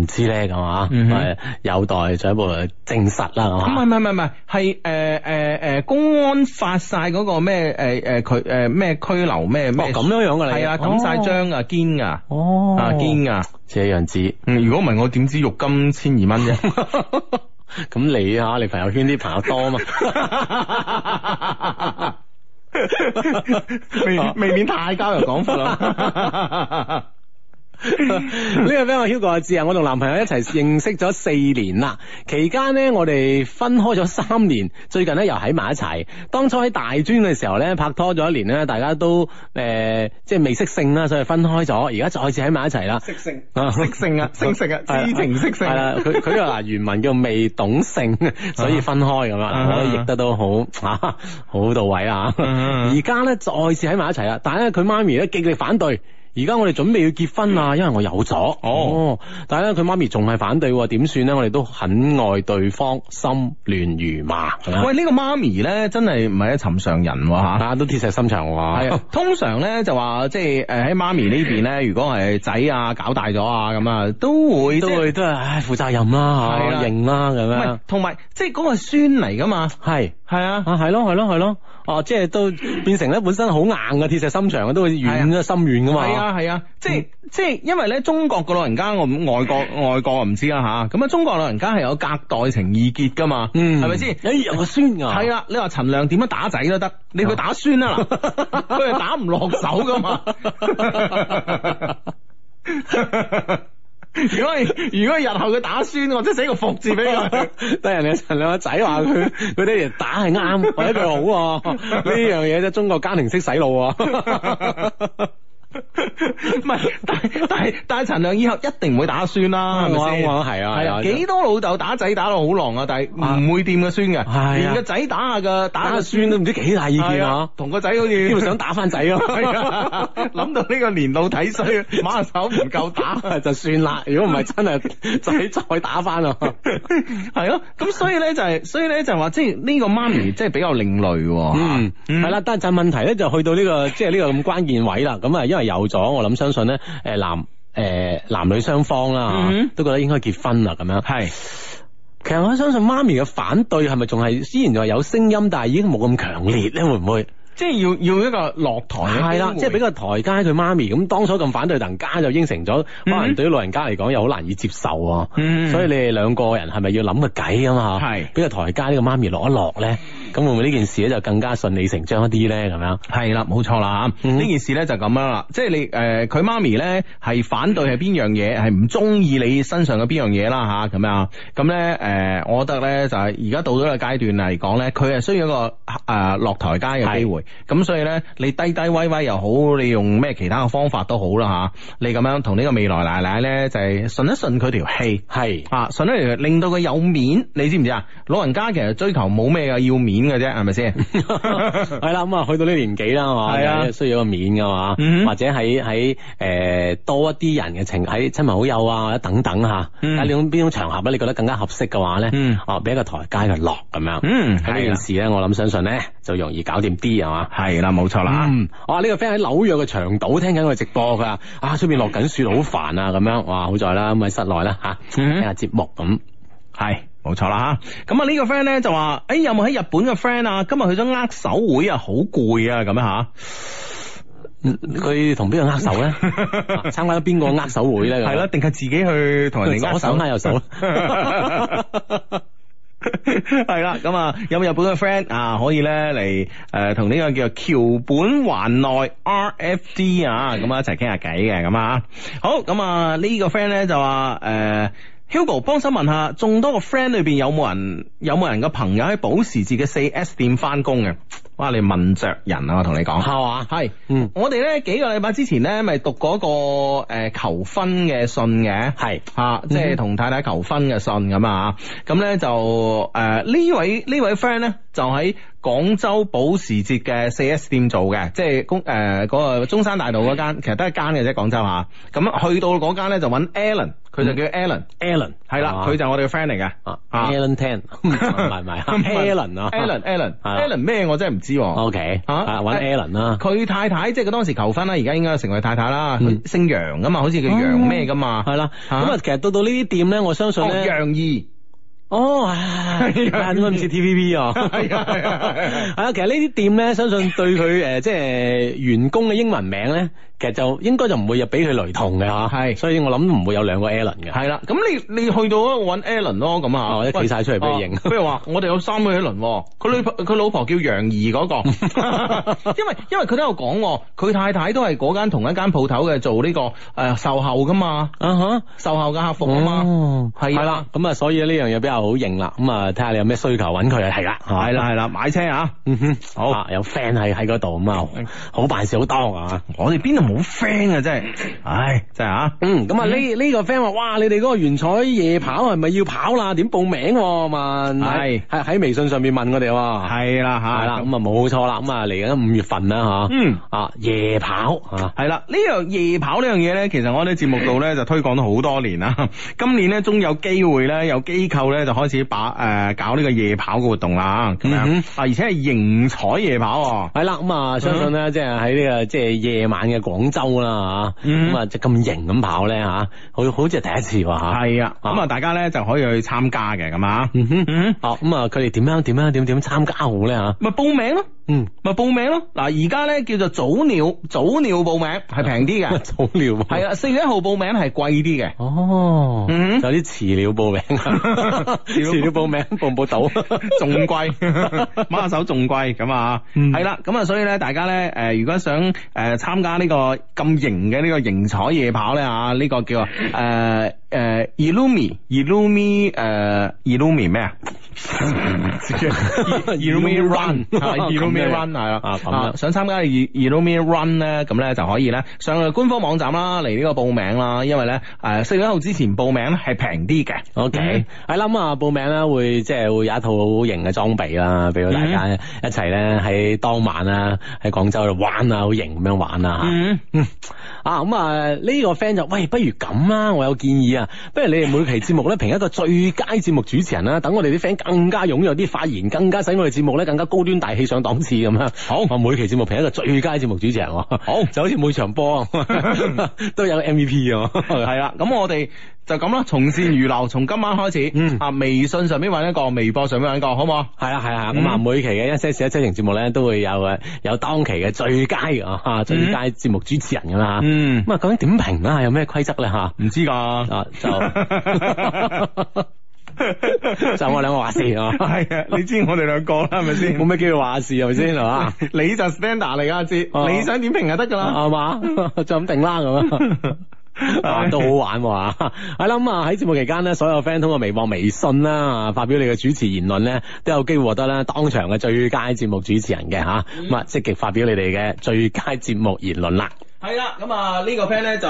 Speaker 1: 唔知咧咁啊，
Speaker 2: 嗯哼
Speaker 1: 係有待進一步證實啦，
Speaker 2: 唔
Speaker 1: 咁
Speaker 2: 係
Speaker 1: 啊。
Speaker 2: 唔係唔係唔係，係誒誒誒公安發晒嗰個咩誒誒佢誒咩拘留咩
Speaker 1: 哦，
Speaker 2: 咩
Speaker 1: 咁樣樣㗎你。
Speaker 2: 係啊抌晒。章啊堅啊
Speaker 1: 哦。
Speaker 2: 啊堅啊！
Speaker 1: 這樣子。
Speaker 2: 嗯如果唔係我點知浴金千二蚊啫？
Speaker 1: 咁你啊，你朋友圈啲朋友多嘛？
Speaker 2: 未未免太交遊廣闊 啦。
Speaker 1: 呢個 friend 話 Hugo 阿志啊，我同男朋友一齊認識咗四年啦，期間呢，我哋分開咗三年，最近呢又喺埋一齊。當初喺大專嘅時候呢，拍拖咗一年呢，大家都誒、呃即係未識性啦，所以分開咗，而家再次喺埋一齊啦。
Speaker 2: 色性
Speaker 1: 啊
Speaker 2: 色性啊，性性啊，知情識性
Speaker 1: 係啦，佢佢話原文叫未懂性， 所以分開咁樣，
Speaker 2: 啊
Speaker 1: 我覺得譯得都好啊，好到位啊！
Speaker 2: 嗯
Speaker 1: 而家咧再次喺埋一齊啦，但係咧佢媽咪咧極力反對。而家我哋準備要結婚啊啦，因為我有咗。
Speaker 2: 哦，
Speaker 1: 但係咧佢媽咪仲係反對喎，點算咧？我哋都很愛對方，心亂如麻。咁樣
Speaker 2: 喂，呢個媽咪咧真係唔係一尋常人喎嚇。
Speaker 1: 啊啊，都鐵石心腸
Speaker 2: 係
Speaker 1: 喎
Speaker 2: 啊。， 通常咧就話即係誒喺媽咪呢邊咧，如果係仔啊搞大咗啊咁啊，都會
Speaker 1: 都
Speaker 2: 即係
Speaker 1: 會都係唉負責任啦，
Speaker 2: 係
Speaker 1: 嚇
Speaker 2: 啦
Speaker 1: 認啦咁
Speaker 2: 唔
Speaker 1: 樣
Speaker 2: 係。同埋即係嗰個係孫嚟噶嘛，
Speaker 1: 係。
Speaker 2: 係啊。
Speaker 1: 啊，係咯，係咯，係咯，哦，即係都變成咧本身好硬嘅鐵石心腸嘅，都會軟咗心軟噶嘛。嗯
Speaker 2: 係啊係啊，即係即係，因為咧中國嘅老人家，我唔外國外國我唔知啦吓，咁啊中國老人家係有隔代情意結噶嘛，
Speaker 1: 嗯，
Speaker 2: 係咪先？
Speaker 1: 哎，有個孫啊，
Speaker 2: 係啦，你話陳亮點樣打仔都得，你去打孫 啦，嗱佢係打唔落手噶嘛。如果係如果係日後佢打孫，我即係寫個服字俾佢。
Speaker 1: 得人哋陳兩個仔話佢 佢爹哋打係啱，或者佢好喎，呢樣嘢啫，中國家庭式洗腦 喎。
Speaker 2: 唔係，但係但係但係陳亮以後一定唔會打孫啦，係咪先？
Speaker 1: 我諗我諗係啊
Speaker 2: 係
Speaker 1: 係啊
Speaker 2: 啊，幾多老豆打仔打到好狼啊，但係唔會掂個孫嘅，
Speaker 1: 啊
Speaker 2: 連個仔打下個打
Speaker 1: 打
Speaker 2: 下
Speaker 1: 個
Speaker 2: 個孫
Speaker 1: 孫都唔知幾大意見啊，，
Speaker 2: 同個仔好似
Speaker 1: 基 本想打翻仔啊。
Speaker 2: 係 啊，諗到呢個年老體衰， 馬手唔 夠打。
Speaker 1: 就算啦，如果唔係真係仔再打翻啊，
Speaker 2: 係咯，咁所以咧就係、所以咧就係話，即係呢個媽咪即係比較另類喎。
Speaker 1: 嗯，係啦，但係就問題咧，就去到呢、個即係呢個咁關鍵位啦。咁啊，因為有咗，我諗相信咧，誒男誒、男女雙方啦、
Speaker 2: 嗯
Speaker 1: 都覺得應該結婚啦咁樣。
Speaker 2: 係
Speaker 1: 其實我相信媽咪嘅反對係咪仲係依然仲係有聲音，但係已經冇咁強烈咧？會唔會？
Speaker 2: 即係要要一個落台哦嘅機會
Speaker 1: 係啦，即係俾個台階佢媽咪咁，當初咁反對，突然間就應承咗，可能
Speaker 2: 嗯
Speaker 1: 對於老人家嚟講又好難以接受啊。
Speaker 2: 嗯
Speaker 1: 所以你哋兩個人係咪要諗個計啊嘛？
Speaker 2: 係嗯
Speaker 1: 俾個台階呢個媽咪落一落咧，咁會唔會呢件事咧就更加順理成章一啲咧？咁樣。
Speaker 2: 係啦，冇錯啦。呢、
Speaker 1: 嗯
Speaker 2: 件事咧就咁樣啦，即係你誒，呃佢、媽咪咧係反對係邊樣嘢，係唔中意你身上嘅邊樣嘢啦吓，咁樣。咁咧誒，我覺得咧就係而家到咗個階段嚟講咧，佢係需要一個誒、呃落台階嘅機會。咁所以咧，你低低威威又好，你用咩其他嘅方法都好啦吓，你咁樣同呢個未來奶奶咧就係、順一順佢條氣。
Speaker 1: 係
Speaker 2: 啊，順咧令到佢有面，你知唔知啊？老人家其實追求冇咩嘅，要面嘅啫，係咪先？
Speaker 1: 係啦，咁啊，去到呢年紀啦，係嘛，
Speaker 2: 嗯係啊
Speaker 1: 有啲需要個面噶嘛，
Speaker 2: 嗯
Speaker 1: 或者喺喺誒多一啲人嘅情喺親朋好友啊，或者等等嚇，
Speaker 2: 嗯
Speaker 1: 喺呢種邊種場合咧，你覺得更加合適嘅話咧
Speaker 2: 嗯，
Speaker 1: 哦，俾一個台階佢落咁樣，
Speaker 2: 嗯
Speaker 1: 咁呢
Speaker 2: 係
Speaker 1: 件
Speaker 2: 啦
Speaker 1: 事咧，我諗相信咧就容易搞掂啲係嘛。
Speaker 2: 係啦，冇錯啦。
Speaker 1: 嗯，哇！呢個 friend 喺紐約嘅長島聽緊我哋直播，佢話啊出邊
Speaker 2: 嗯
Speaker 1: 落緊雪好煩啊咁樣，哇！好在啦，咁喺室內啦嚇，
Speaker 2: 嗯
Speaker 1: 聽下節目咁。
Speaker 2: 系冇冇錯啦吓，咁啊呢個 friend 咧就話，誒有冇喺日本嘅 friend 啊？今日去咗握手會啊，好攰啊咁樣吓。
Speaker 1: 佢同邊個握手 咧？啊參加咗邊個握手會咧？咁
Speaker 2: 係咯，定係自己去同人哋
Speaker 1: 左
Speaker 2: 握
Speaker 1: 手
Speaker 2: 手
Speaker 1: 拉右手。
Speaker 2: 係啦，咁啊，有冇日本嘅 friend 啊，可以咧嚟誒同呢個叫做橋本環內 RFD 啊，咁啊一齊傾下偈嘅咁啊，好咁啊呢個 friend 咧就話誒。Hugo 幫手問下，眾多個 friend 裏邊有冇人有冇人嘅朋友喺保時捷嘅四 S 店翻工嘅？哇！你問着人啊，我同你講。
Speaker 1: 係嘛？
Speaker 2: 係，
Speaker 1: 嗯
Speaker 2: 我哋咧幾個禮拜之前咧，咪讀嗰個誒求婚嘅信嘅，
Speaker 1: 係
Speaker 2: 吓、即係
Speaker 1: 嗯
Speaker 2: 同太太求婚嘅信咁啊，咁咧就誒呢、位呢位 friend 咧就喺廣州保時捷嘅四 S 店做嘅，即係公誒嗰個中山大道嗰
Speaker 1: 嗯
Speaker 2: 間，其實得一間嘅啫，廣州吓，咁、去到嗰間咧就揾 Alan，佢就叫
Speaker 1: 嗯
Speaker 2: Alan，
Speaker 1: Alan
Speaker 2: 係啦、佢就係我哋嘅 friend 嚟嘅。
Speaker 1: 啊
Speaker 2: 啊
Speaker 1: Alan Ten 啊唔係唔係啊 Alan 啊係啦
Speaker 2: Alan，Alan，Alan 咩我真係唔知喎。
Speaker 1: OK
Speaker 2: 啊
Speaker 1: 啊揾 Alan 啦，
Speaker 2: 佢太太即係佢當時求婚啦，而家應該成為太太啦。佢
Speaker 1: 嗯
Speaker 2: 姓楊噶嘛，好似叫楊咩噶嘛。
Speaker 1: 係啦。咁啊，其實到到呢啲店咧，我相信
Speaker 2: 嗯哦，
Speaker 1: 咧，
Speaker 2: 楊怡
Speaker 1: 哦，唉點解唔似 TVB 啊？
Speaker 2: 係啊係啊係啊
Speaker 1: 係啊，其實呢啲店咧，相信對佢誒即係員工嘅英文名咧，其實就應該就唔會有俾佢雷同嘅嚇。
Speaker 2: 係
Speaker 1: 所以我諗唔會有兩個 Alan 嘅。
Speaker 2: 係啦。咁你你去到嗰度揾 Alan 咯，咁啊，
Speaker 1: 哦一企晒出嚟俾佢認
Speaker 2: 啊譬如話我哋有三個 Alan，喎佢女朋佢老婆叫楊怡嗰 個，因為因為佢都有講喎，佢太太都係嗰間同一間鋪頭嘅做呢個誒售後噶嘛，
Speaker 1: 啊哈。
Speaker 2: 售後嘅客服啊嘛。
Speaker 1: 哦，
Speaker 2: 係啊
Speaker 1: 係啦，咁啊，所以呢樣嘢比較好認啦，咁啊，睇下你有咩需求揾佢啊，係啦，
Speaker 2: 係啦係啦，買車啊！
Speaker 1: 嗯哼，
Speaker 2: 好
Speaker 1: 啊有 friend 喺喺嗰度咁啊，好辦事好當啊。
Speaker 2: 我哋邊度冇 friend 啊，真係，唉，真係啊！
Speaker 1: 嗯，咁啊呢呢個 friend 話，哇，你哋嗰個原彩夜跑係咪要跑啦？點報名喎？問
Speaker 2: 係
Speaker 1: 喺喺微信上面問我哋喎。
Speaker 2: 啊係啦
Speaker 1: 係
Speaker 2: 吓，
Speaker 1: 啦，咁啊冇錯啦，咁啊嚟緊五月份啦吓，
Speaker 2: 嗯
Speaker 1: 啊夜跑啊，
Speaker 2: 系啦，呢樣夜跑呢樣嘢呢，其實我哋節目度呢就推廣咗好多年啦。 今年呢，終有機會呢，有機構呢就開始把誒、呃搞呢個夜跑嘅活動啦。咁樣
Speaker 1: 嗯
Speaker 2: 啊，而且係迎彩夜跑
Speaker 1: 係啦，咁啊相信
Speaker 2: 嗯
Speaker 1: 咧，即係喺呢個即係夜晚嘅廣州啦吓，
Speaker 2: 嗯
Speaker 1: 咁啊就咁型咁跑咧吓，好好似係第一次喎
Speaker 2: 喎。
Speaker 1: 吓，
Speaker 2: 係啊，咁啊，大家呢就可以去參加嘅咁啊。
Speaker 1: 嗯哼，
Speaker 2: 嗯，
Speaker 1: 哦咁啊佢哋點樣點樣點點參加好咧吓，
Speaker 2: 咪報名咯，
Speaker 1: 嗯。
Speaker 2: 咪報名咯。嗱，而家呢叫做早鳥，早鳥報名係平啲嘅，
Speaker 1: 早料
Speaker 2: 係
Speaker 1: 啊，
Speaker 2: 啊，四月一號報名係貴 啲嘅。
Speaker 1: 哦，
Speaker 2: 嗯
Speaker 1: 有啲遲料報名，啊 遲料報名報唔報到？
Speaker 2: 仲貴，馬手仲貴咁啊，
Speaker 1: 嗯
Speaker 2: 係啦、咁啊，所以咧，大家咧，誒、如果想誒參、加呢個咁型嘅呢個型彩夜跑咧啊，呢、個叫誒誒、Illumi Illumi 誒、Illumi 咩啊 ？Illumi Run 啊 Illumi Run 係啦，
Speaker 1: 啊咁樣
Speaker 2: 啊想參加 E- Illumi Run 咧，咁咧就可以咧上去官方網站啦，嚟呢個報名啦，因為咧誒四月一號之前報名咧係平啲嘅。
Speaker 1: O K，係啦，咁啊報名啦，會即係會有一套好型嘅裝備啦，俾到大家一齊咧喺當晚啊喺廣州度玩啊，好型咁樣玩啊嚇。
Speaker 2: 嗯。
Speaker 1: 嗯，啊咁啊呢個 friend 就喂，不如咁啦，我有建議啊，不如你哋每期節目咧評一個最佳節目主持人啦，等我哋啲 friend 更加踴躍啲發言，更加使我哋節目咧更加高端大氣上檔次咁樣。好，我每期節目評一個最佳節目主持人喎。好，就好似每場波都有 M V P 啊。
Speaker 2: 系啦，咁我哋就咁啦，從善如流，從今晚開始，
Speaker 1: 嗯
Speaker 2: 啊，微信上面揾一個，微博上面揾一個，好唔好啊？
Speaker 1: 系啦系啦，咁啊
Speaker 2: 嗯
Speaker 1: 每期嘅一些事一些情節目咧都會有誒有當期嘅最佳啊最佳節目主持人咁啦嚇。
Speaker 2: 嗯，
Speaker 1: 咁啊究竟點評啦？有咩規則咧嚇？
Speaker 2: 唔知噶，啊
Speaker 1: 啊就就我兩個話事啊，
Speaker 2: 係啊，你知我哋兩個啦，係咪先
Speaker 1: 冇？咩機會話事係咪先係嘛？
Speaker 2: 你就 standard 嚟噶，知
Speaker 1: 哦
Speaker 2: 你想點評就得噶啦。
Speaker 1: 係嘛？ 就咁定啦咁啊。啊，都好玩喎、係啦，咁啊喺節目期間呢，所有 friend 通過微博、微信啦、啊，發表你嘅主持言論呢，都有機會獲得咧當場嘅最佳節目主持人嘅吓，咁啊積極發表你哋嘅最佳節目言論啦。
Speaker 2: 係啦，咁啊呢個 friend 咧就，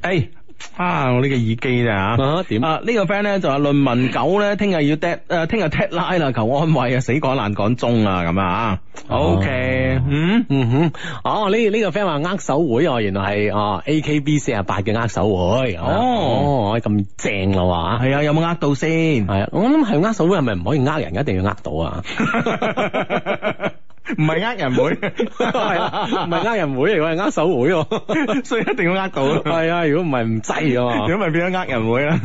Speaker 2: 誒啊我呢個耳機咋嚇？
Speaker 1: 啊點
Speaker 2: 啊呢個 friend 咧就話論文九咧，聽日要 dead 誒，聽日 deadline 啦，求安慰啊，死趕爛趕鐘啊，咁啊，OK，嗯。
Speaker 1: 嗯哼，哦呢呢、個 friend 話握手會哦，原來係哦 A K B 四廿八嘅握手會，
Speaker 2: 哦
Speaker 1: 哦咁正啦哇！
Speaker 2: 係啊，有冇呃到先？
Speaker 1: 系啊，我諗係握手會係咪唔可以呃人，一定要呃到啊？
Speaker 2: 唔係呃人會，
Speaker 1: 係啦，唔係呃人會嚟喎，係握手會喎。
Speaker 2: 啊所以一定要呃到。
Speaker 1: 係啊，如果唔係唔制啊 嘛。
Speaker 2: 如果咪變咗呃人 會啦，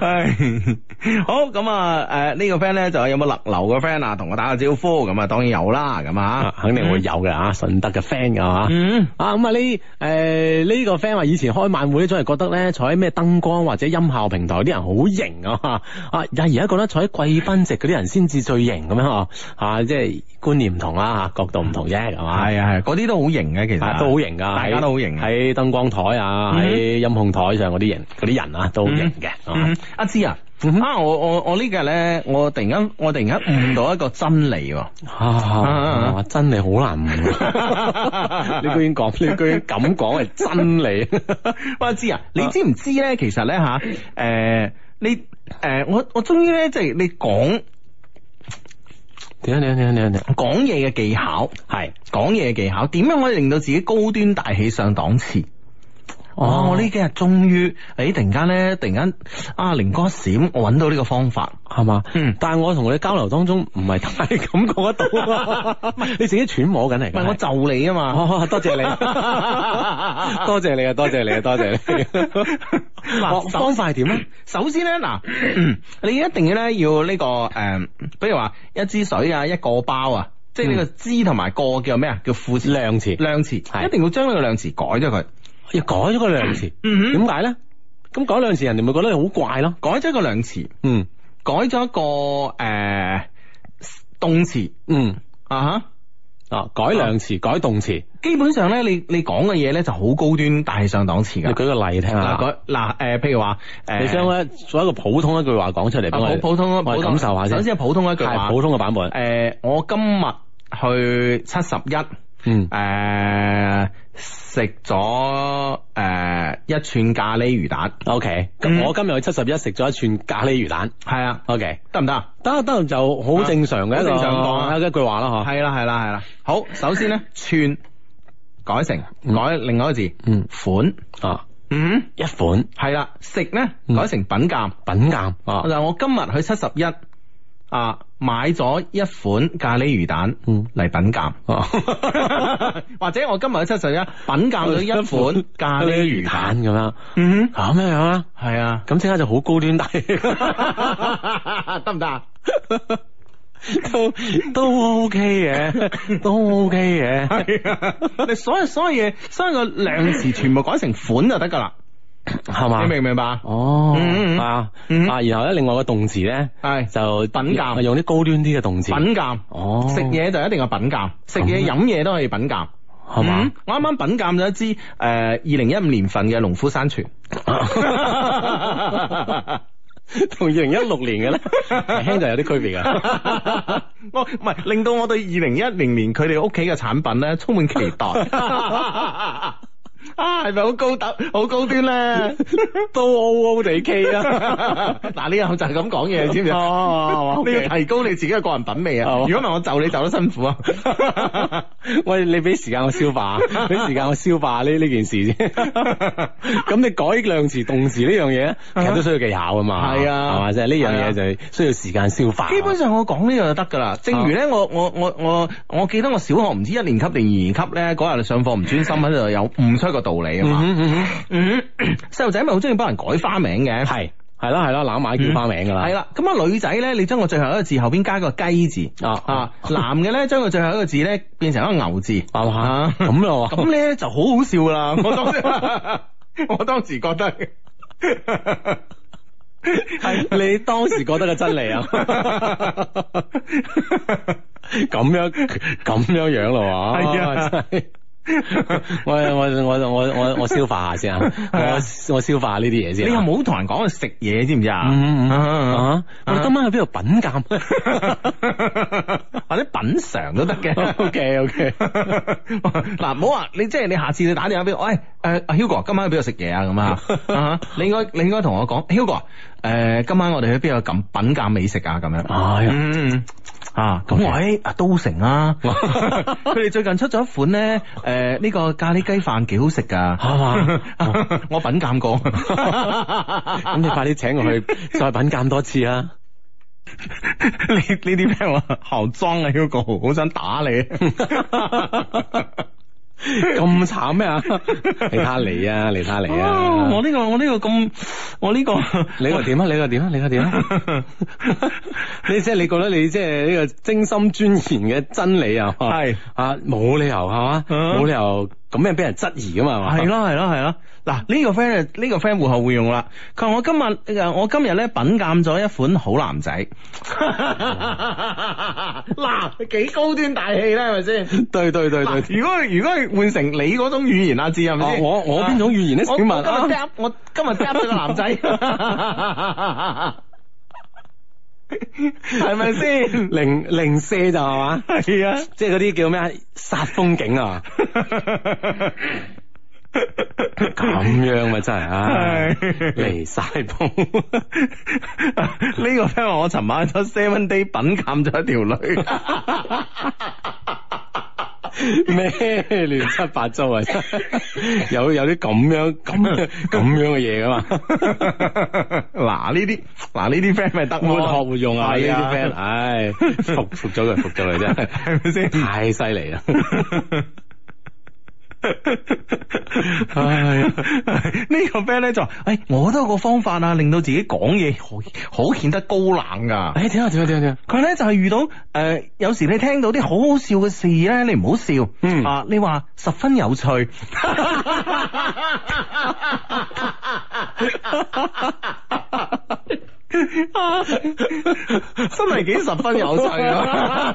Speaker 2: 唉，好咁啊，诶呢個 friend 咧就有冇勒流嘅 friend 啊，同我打個招呼，咁啊當然有啦，咁
Speaker 1: 啊
Speaker 2: 啊，
Speaker 1: 肯定會有嘅啊，順德嘅 friend 㗎嘛。
Speaker 2: 嗯，
Speaker 1: 啊咁啊呢誒呢個 friend 話以前開晚會總係覺得咧坐喺咩燈光或者音效平台啲人好型啊啊但而家覺得坐喺貴賓席嗰啲人先至最型咁樣啊啊即係觀念唔同啦啊嚇角度唔同啫係嘛
Speaker 2: 係啊係，嗰啲都好型嘅其
Speaker 1: 啊
Speaker 2: 實，
Speaker 1: 都好型噶，
Speaker 2: 大家都好型嘅。
Speaker 1: 喺燈光台啊，喺音控台上嗰啲人嗰啲人啊都好型嘅，啊
Speaker 2: 嗯阿芝啊，啊我我我呢日咧，我突然間我突然間悟到一個真理喎。
Speaker 1: 啊哇真係好難 悟，你居然講，你居然咁講係真理，
Speaker 2: 我知啊，你知唔知咧？其實咧吓，誒、你誒、我我終於咧，即係你講
Speaker 1: 點啊點啊點啊點啊點啊，
Speaker 2: 講嘢嘅技巧，
Speaker 1: 係
Speaker 2: 講嘢嘅技巧，點樣可以令到自己高端大氣上檔次？哦，我呢幾日終於，誒、突然間咧，突然間啊靈光一閃，我揾到呢個方法。
Speaker 1: 係嘛？
Speaker 2: 嗯
Speaker 1: 但係我同你交流當中唔係太感覺 得到，你自己揣摩緊嚟
Speaker 2: 唔係我
Speaker 1: 㗎。
Speaker 2: 就你啊嘛。
Speaker 1: 哦，多謝你，多謝你啊，多謝 你啊，多謝你。
Speaker 2: 嗱
Speaker 1: 哦方法係點咧？
Speaker 2: 首先咧， 嗱，你一定要咧要呢、個誒、比如話一支水啊，一個包啊，即係呢個支同埋個叫咩啊？叫副詞、
Speaker 1: 嗯量詞
Speaker 2: 量詞，
Speaker 1: 係
Speaker 2: 一定要將呢個量詞改咗佢。
Speaker 1: 要哎改咗個量詞，
Speaker 2: 嗯
Speaker 1: 點解咧？咁改兩次人哋咪覺得你好怪咯。
Speaker 2: 改咗一個量詞，
Speaker 1: 嗯
Speaker 2: 改咗一個誒、動詞
Speaker 1: 嗯，
Speaker 2: 啊哈。
Speaker 1: 啊，改量詞，改動詞。
Speaker 2: 基本上咧，你你講嘅嘢咧就好高端，大氣上檔次
Speaker 1: 你
Speaker 2: 㗎。
Speaker 1: 舉個例聽
Speaker 2: 嗱，
Speaker 1: 下。
Speaker 2: 啊改嗱誒，譬如話誒，
Speaker 1: 你將咧做一個普通一句話講出嚟俾
Speaker 2: 啊
Speaker 1: 我哋，
Speaker 2: 普普通
Speaker 1: 我
Speaker 2: 普
Speaker 1: 哋
Speaker 2: 通
Speaker 1: 感受下先。
Speaker 2: 首先係普通一句
Speaker 1: 係。
Speaker 2: 話
Speaker 1: 普通嘅版本。
Speaker 2: 诶、呃我今日去七十一，
Speaker 1: 嗯
Speaker 2: 诶食咗诶一串咖喱魚蛋，
Speaker 1: ，OK。
Speaker 2: 嗯
Speaker 1: 咁我今日去七十一食咗一串咖喱魚蛋。
Speaker 2: 係啊，
Speaker 1: OK，
Speaker 2: 得唔得啊？
Speaker 1: 得得就好正常嘅一個
Speaker 2: 好正常講啊
Speaker 1: 一句話啦嗬。
Speaker 2: 係啦係啦係啦，好，首先咧串改成
Speaker 1: 嗯
Speaker 2: 改另外一個字
Speaker 1: 嗯
Speaker 2: 款，
Speaker 1: 啊，
Speaker 2: 嗯，
Speaker 1: 一款
Speaker 2: 係啦，食咧
Speaker 1: 嗯
Speaker 2: 改成品鑑，
Speaker 1: 品鑑啊
Speaker 2: 就，係我今日去七十一啊買咗一款咖喱魚蛋
Speaker 1: 嗯
Speaker 2: 嚟品鑑。
Speaker 1: 啊
Speaker 2: 或者我今日喺七十一品鑑到一款咖喱魚蛋，
Speaker 1: 咁樣
Speaker 2: 嗯
Speaker 1: 啊咩樣啊？
Speaker 2: 哼，係啊，
Speaker 1: 咁即刻就好高端大氣，
Speaker 2: 得唔得啊？
Speaker 1: 都都 OK 嘅，都 OK 嘅。
Speaker 2: 係啊， 你所有所有嘢，所有個量詞全部改成款就得㗎啦，
Speaker 1: 係嘛
Speaker 2: 你？明唔明白啊？
Speaker 1: 哦，
Speaker 2: 嗯嗯嗯
Speaker 1: 啊
Speaker 2: 嗯
Speaker 1: 啊，然後咧，另外個動詞咧
Speaker 2: 係
Speaker 1: 就
Speaker 2: 品鑑
Speaker 1: 用啲高端啲嘅動詞，
Speaker 2: 品鑑，
Speaker 1: 哦，
Speaker 2: 食嘢就一定係品鑑，食嘢
Speaker 1: 咁啊
Speaker 2: 飲嘢都可以品鑑。
Speaker 1: 係嘛
Speaker 2: 嗯？我啱啱品鑑咗一支誒呃二零一五年份嘅農夫山泉，
Speaker 1: 同二零一六年嘅咧， 輕就有啲區別噶。
Speaker 2: 我唔係令到我對二零一零年佢哋屋企嘅產品咧充滿期 待。 啊，係咪好高斗、好高端咧？
Speaker 1: 都 O O 地 K
Speaker 2: 啊
Speaker 1: 啦，
Speaker 2: 嗱，呢樣就係咁講嘢，你知唔知啊？
Speaker 1: 哦，
Speaker 2: 你
Speaker 1: 你
Speaker 2: 要提高你自己嘅個人品味啊！
Speaker 1: 哦
Speaker 2: 如果唔係，我就你就得辛苦啊！
Speaker 1: 喂，你俾時間我消 化，俾時間我消化呢呢件事先。咁你改量詞動詞呢樣嘢，其實都需要技巧噶嘛。
Speaker 2: 啊係啊
Speaker 1: 係嘛？即係呢
Speaker 2: 係啊
Speaker 1: 樣嘢就係需要時間消化。
Speaker 2: 基本上我講呢個就得㗎啦。正如咧，我我我我我記得我小學唔知一年級定二年級咧，嗰日上課唔專心喺度有悟出一個道理啊
Speaker 1: 嗯
Speaker 2: 嘛。
Speaker 1: 哼嗯
Speaker 2: 嗯， 細路仔咪好中意幫人改花名
Speaker 1: 哼，
Speaker 2: 嘅。
Speaker 1: 係係啦係啦，攬埋叫花名噶啦。
Speaker 2: 係啦，咁啊女仔咧，你將個最後一個字後邊加個雞字
Speaker 1: 啊
Speaker 2: 啊，男嘅咧將個最後一個字咧變成一個牛 字，
Speaker 1: 係嘛
Speaker 2: 啊
Speaker 1: 咁咯喎。
Speaker 2: 咁咧就好好笑㗎啦！我當時 我當時覺得
Speaker 1: 係你當時覺得嘅真理啊，咁樣咁樣樣咯喎，
Speaker 2: 係啊
Speaker 1: 真係我我我我我我消化下先啊，我我消化下呢啲嘢先啊。
Speaker 2: 你又冇同人講去食嘢，知唔知啊？
Speaker 1: 嗯嗯嗯
Speaker 2: 啊
Speaker 1: 啊？我哋今晚去邊度品鑑
Speaker 2: 或者品嚐都得嘅。
Speaker 1: ？OK OK，
Speaker 2: 嗱，唔好話你即係你下次你打電話俾我，喂，誒阿 Hugo 今晚去邊度食嘢啊？咁啊 啊，你應該你應該同我講，Hugo 誒今晚我哋去邊度咁品鑑美食啊？咁樣，
Speaker 1: 哎呀
Speaker 2: 嗯啊，咁我喺阿都 城啊，佢哋最近出咗一款咧誒呢個咖喱雞飯幾好食 㗎，
Speaker 1: 係嘛？
Speaker 2: 我品鑑過。
Speaker 1: 咁你快啲請我去再品鑑多次啊！
Speaker 2: 你呢啲 friend 話校裝啊，Hugo，好想打你。
Speaker 1: 咁慘咩啊？ 你睇下你啊，你睇下你
Speaker 2: 啊
Speaker 1: 啊
Speaker 2: 我！呢個我呢個咁，我呢個
Speaker 1: 你個點啊？你個點啊？你個點 啊？你即係你覺得你即係呢個精心鑽研嘅真理啊？
Speaker 2: 係
Speaker 1: 啊，冇理由係嘛？
Speaker 2: 嗯
Speaker 1: 冇理由咁樣俾人質疑噶嘛？係嘛
Speaker 2: 係，咯係咯係咯，嗱呢個 friend 呢個 friend 互後互用啦。佢話我今日誒我今日咧品鑑咗一款好男仔。嗱，幾高端大氣咧，係咪先？
Speaker 1: 對對對對
Speaker 2: 嗱，。如果如果換成你嗰種語言啊，知係咪
Speaker 1: 哦
Speaker 2: 先？
Speaker 1: 我我邊種語言咧？
Speaker 2: 我
Speaker 1: 請
Speaker 2: 我今日
Speaker 1: 問
Speaker 2: d
Speaker 1: 啊
Speaker 2: a 我今日 dap 咗個男仔，係咪先？
Speaker 1: 零零舍就係嘛？
Speaker 2: 係啊。
Speaker 1: 即係嗰啲叫咩啊？煞風景啊！咁樣咪真係啊，
Speaker 2: 係
Speaker 1: 離晒譜。
Speaker 2: 呢個 friend 話我尋晚咗 seven day 品鑑咗一條女，
Speaker 1: 咩亂七八糟啊！真係有有啲咁樣咁樣咁樣嘅嘢噶嘛，
Speaker 2: 嗱呢啲嗱呢啲 friend 咪得
Speaker 1: 活學活用啊！呢
Speaker 2: 係
Speaker 1: 啲
Speaker 2: 啊
Speaker 1: friend，唉，服服咗佢，服咗佢真係
Speaker 2: 係咪先？
Speaker 1: 太犀利啊啦！唉
Speaker 2: 呢個 friend 咧就話：，誒、我都有個方法啊，令到自己講嘢好好顯得高冷噶。
Speaker 1: 唉，點啊點啊點啊點啊！
Speaker 2: 佢咧就係、遇到誒、呃有時你聽到啲好好笑嘅事咧，你唔好笑，
Speaker 1: 嗯
Speaker 2: 啊，你話十分有趣。真係幾十分有趣啊！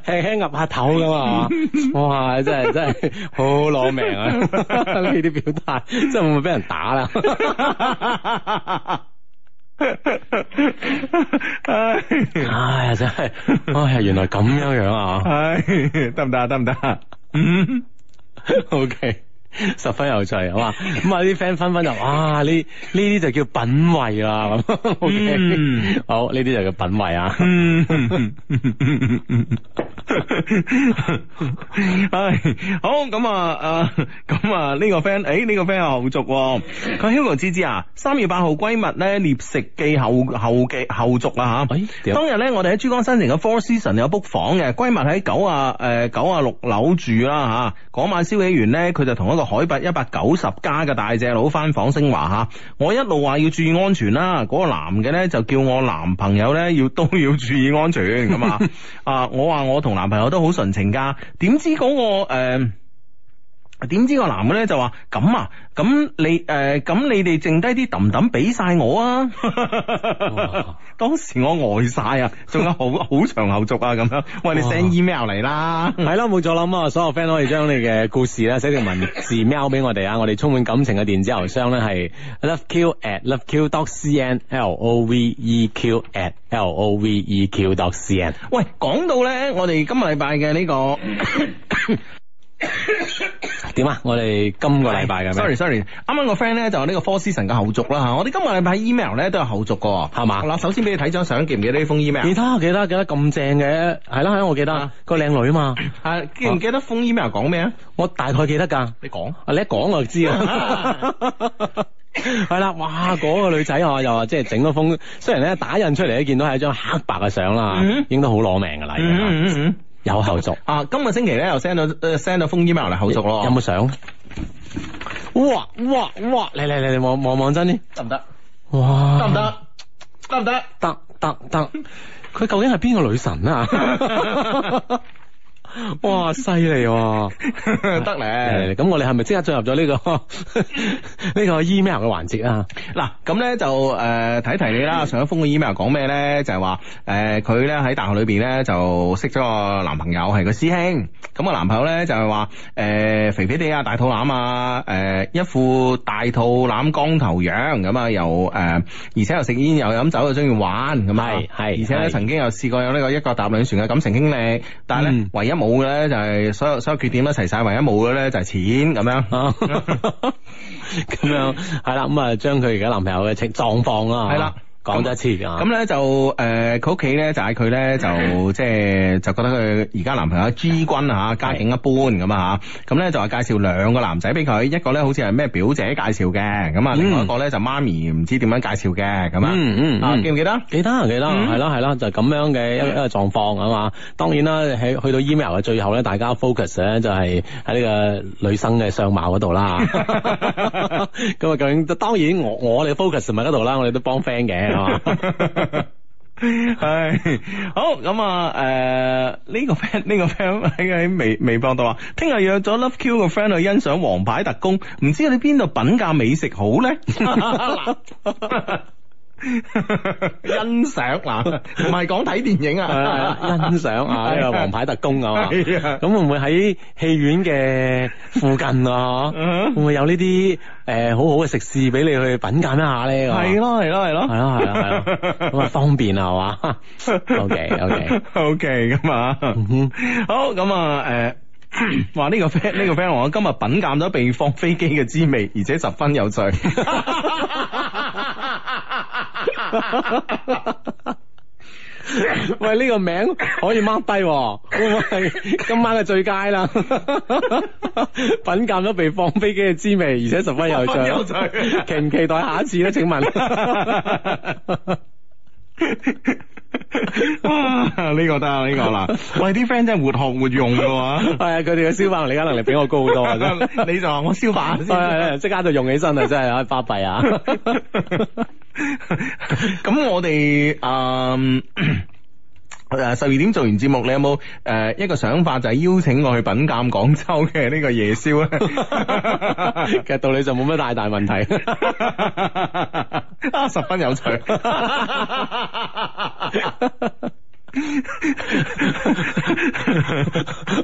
Speaker 1: 輕輕岌下頭咁啊！哇，真係真係好攞命 啊！呢啲表達真係會唔會俾人打啦？
Speaker 2: 唉，
Speaker 1: 唉呀，真係，唉呀，原來咁樣樣啊
Speaker 2: 得唔得啊？得唔得啊？嗯，
Speaker 1: ！OK。十分有趣，好嘛？咁啊，啲 friend 紛紛就哇，呢呢啲就叫品味啦。咁 OK，、
Speaker 2: 嗯
Speaker 1: 好，呢啲就叫品味 啊。
Speaker 2: 嗯唉，好咁啊，誒，咁啊，呢個 friend，誒，呢個 friend 有後續喎，佢 Hugo 芝芝啊，三月八號閨蜜咧獵食記後後記後續啊吓。
Speaker 1: 哎，點
Speaker 2: 當日咧，我哋喺珠江新城嘅 Four Season 有 book 房嘅，閨蜜喺九啊誒九啊六樓住啦吓。嗰晚消起完咧，佢就同一個海拔一百九十加嘅大隻佬翻房升華吓。我一路話要注意安全啦，嗰、個男嘅咧就叫我男朋友咧要都要注意安全咁啊。啊，我話我同男朋友都好純情噶，點知嗰、個誒。呃點知個男嘅咧就話咁啊，咁你誒，咁、你哋剩低啲揼揼俾晒我啊！ 當時我呆晒啊，仲有好 好長後續啊咁樣。喂，你
Speaker 1: 哇
Speaker 2: send email 嚟啦，
Speaker 1: 係啦，冇錯啦。咁啊，所有 friend 可以將你嘅故事咧寫成文字 mail 俾我哋啊。我哋充滿感情嘅電子郵箱咧係 loveq at loveq dot cn l o v e q at l o v e q dot cn。
Speaker 2: 喂，講到咧，我哋今個禮拜嘅呢 個
Speaker 1: 點啊？我哋今個禮拜嘅咩
Speaker 2: sorry sorry，啱啱個 friend 咧就有呢個 Four Season 嘅後續啦吓，我哋今個禮拜 email 咧都有後續嘅，
Speaker 1: 係嘛
Speaker 2: 嗱，首先俾你睇張相，記唔記得呢封 email？
Speaker 1: 記得記得記得咁正嘅，係啦係啦，我記得
Speaker 2: 啊
Speaker 1: 個靚女啊嘛，
Speaker 2: 啊，記唔記得封 email 講咩啊？
Speaker 1: 我大概記得㗎。
Speaker 2: 你講。
Speaker 1: 啊，你一講我就知 啊。係啦，哇！嗰、個女仔啊，又話即係整咗封，雖然咧打印出嚟咧見到係一張黑白嘅相啦，
Speaker 2: 嗯
Speaker 1: 應該好攞命㗎啦，已經啊
Speaker 2: 嗯嗯嗯。
Speaker 1: 有後續。
Speaker 2: 啊，今個星期咧又 send 咗呃 send 咗封 email 嚟後續咯，
Speaker 1: 有冇相？哇哇哇！嚟嚟嚟嚟，望望望真啲。
Speaker 2: 得唔得？
Speaker 1: 哇！
Speaker 2: 得唔？得？得唔得？
Speaker 1: 得得得，佢究竟係邊個女神啊？ 哇！犀利喎！
Speaker 2: 得
Speaker 1: 誒
Speaker 2: 咧。
Speaker 1: 咁我哋係咪即刻進入咗呢、個 呢個 email 嘅環節啊？
Speaker 2: 嗱，咁咧就誒睇提你啦。上嗯一封嘅 email 講咩咧？就係話誒佢咧喺大學裏邊咧就識咗個男朋友係個師兄。咁個男朋友咧就係話誒肥肥哋啊，大肚腩啊，誒、一副大肚腩光頭樣咁啊，又誒、而且又食煙又飲酒又中意玩咁啊，
Speaker 1: 係係
Speaker 2: 而且咧
Speaker 1: 係
Speaker 2: 曾經又試過有呢個一腳踏兩船嘅感情經歷，但係咧、
Speaker 1: 嗯
Speaker 2: 唯一冇嘅咧就係所有所有缺點咧齊晒，唯一冇嘅咧就係錢咁 樣。
Speaker 1: 啊，咁樣係啦，咁啊，將佢而家男朋友嘅情狀況啦，
Speaker 2: 係啦，
Speaker 1: 講多一次啊。
Speaker 2: 咁咧就诶，佢屋企咧就嗌佢 咧就即係就覺得佢而家男朋友 G 君啊，家境一般咁啊吓，咁咧就話介紹兩個男仔俾佢，一個咧好似係咩表姐介紹嘅，咁啊另外一個咧就媽咪唔知點樣介紹嘅，咁啊，
Speaker 1: 嗯嗯嗯
Speaker 2: 啊
Speaker 1: 嗯
Speaker 2: 記唔記得？
Speaker 1: 記得記得，啊
Speaker 2: 嗯
Speaker 1: 係啦係啦，就係咁樣嘅一個一個狀況啊嘛。當然啦，喺去到 email 嘅最後咧，大家 focus 咧就係喺呢個女生嘅相貌嗰度 啦。咁啊，究竟當然我我哋 focus 咪喺嗰度啦，我哋都幫 friend 嘅，係嘛？
Speaker 2: 唉，好咁啊！诶、呢、個 friend 呢個 friend 喺喺微微博度話，聽日約咗 Love Q 個 friend 去欣賞《王牌特工》，唔知你邊度品鑑美食好 咧？欣賞嗱，唔係講睇電影
Speaker 1: 係啦
Speaker 2: 啊，
Speaker 1: 係 啦欣賞啊呢個王牌特工啊嘛。
Speaker 2: 係啊
Speaker 1: 咁會唔會喺戲院嘅附近啊？
Speaker 2: 嗯
Speaker 1: 會唔會有呢啲呃誒好好嘅食肆俾你去品鑑一下咧？
Speaker 2: 係。咯係咯係咯，
Speaker 1: 係咯係咯 係咯，咁啊方便啊係嘛？OK OK，
Speaker 2: OK 咁啊，好咁啊， 诶、話呢個 friend 呢個 friend 話我今日品鑑咗被放飛機嘅滋味，而且十分有趣。
Speaker 1: 喂呢個名可以 mark 低喎，會唔會係今晚嘅最佳啦？ 品鑑咗被放飛機嘅滋味，而且十分有趣，
Speaker 2: 有趣
Speaker 1: 期唔期待下一次咧？ 請問？
Speaker 2: 哇！呢、個得啊，呢、個啦。喂，啲 friend 真係活學活用 嘅喎。
Speaker 1: 係啊，佢哋嘅消化能力能力比我高好多啊！ 真係
Speaker 2: 你就話我消化下
Speaker 1: 係係
Speaker 2: 先。
Speaker 1: 係即刻就用起身啊！真係啊，巴閉 啊！
Speaker 2: 咁我哋嗯 誒十二點做完節目，你有冇誒、呃一個想法就係邀請我去品鑑廣州嘅呢個 夜宵咧？
Speaker 1: 其實道理就冇乜太大 問題。
Speaker 2: 啊， 十分有趣。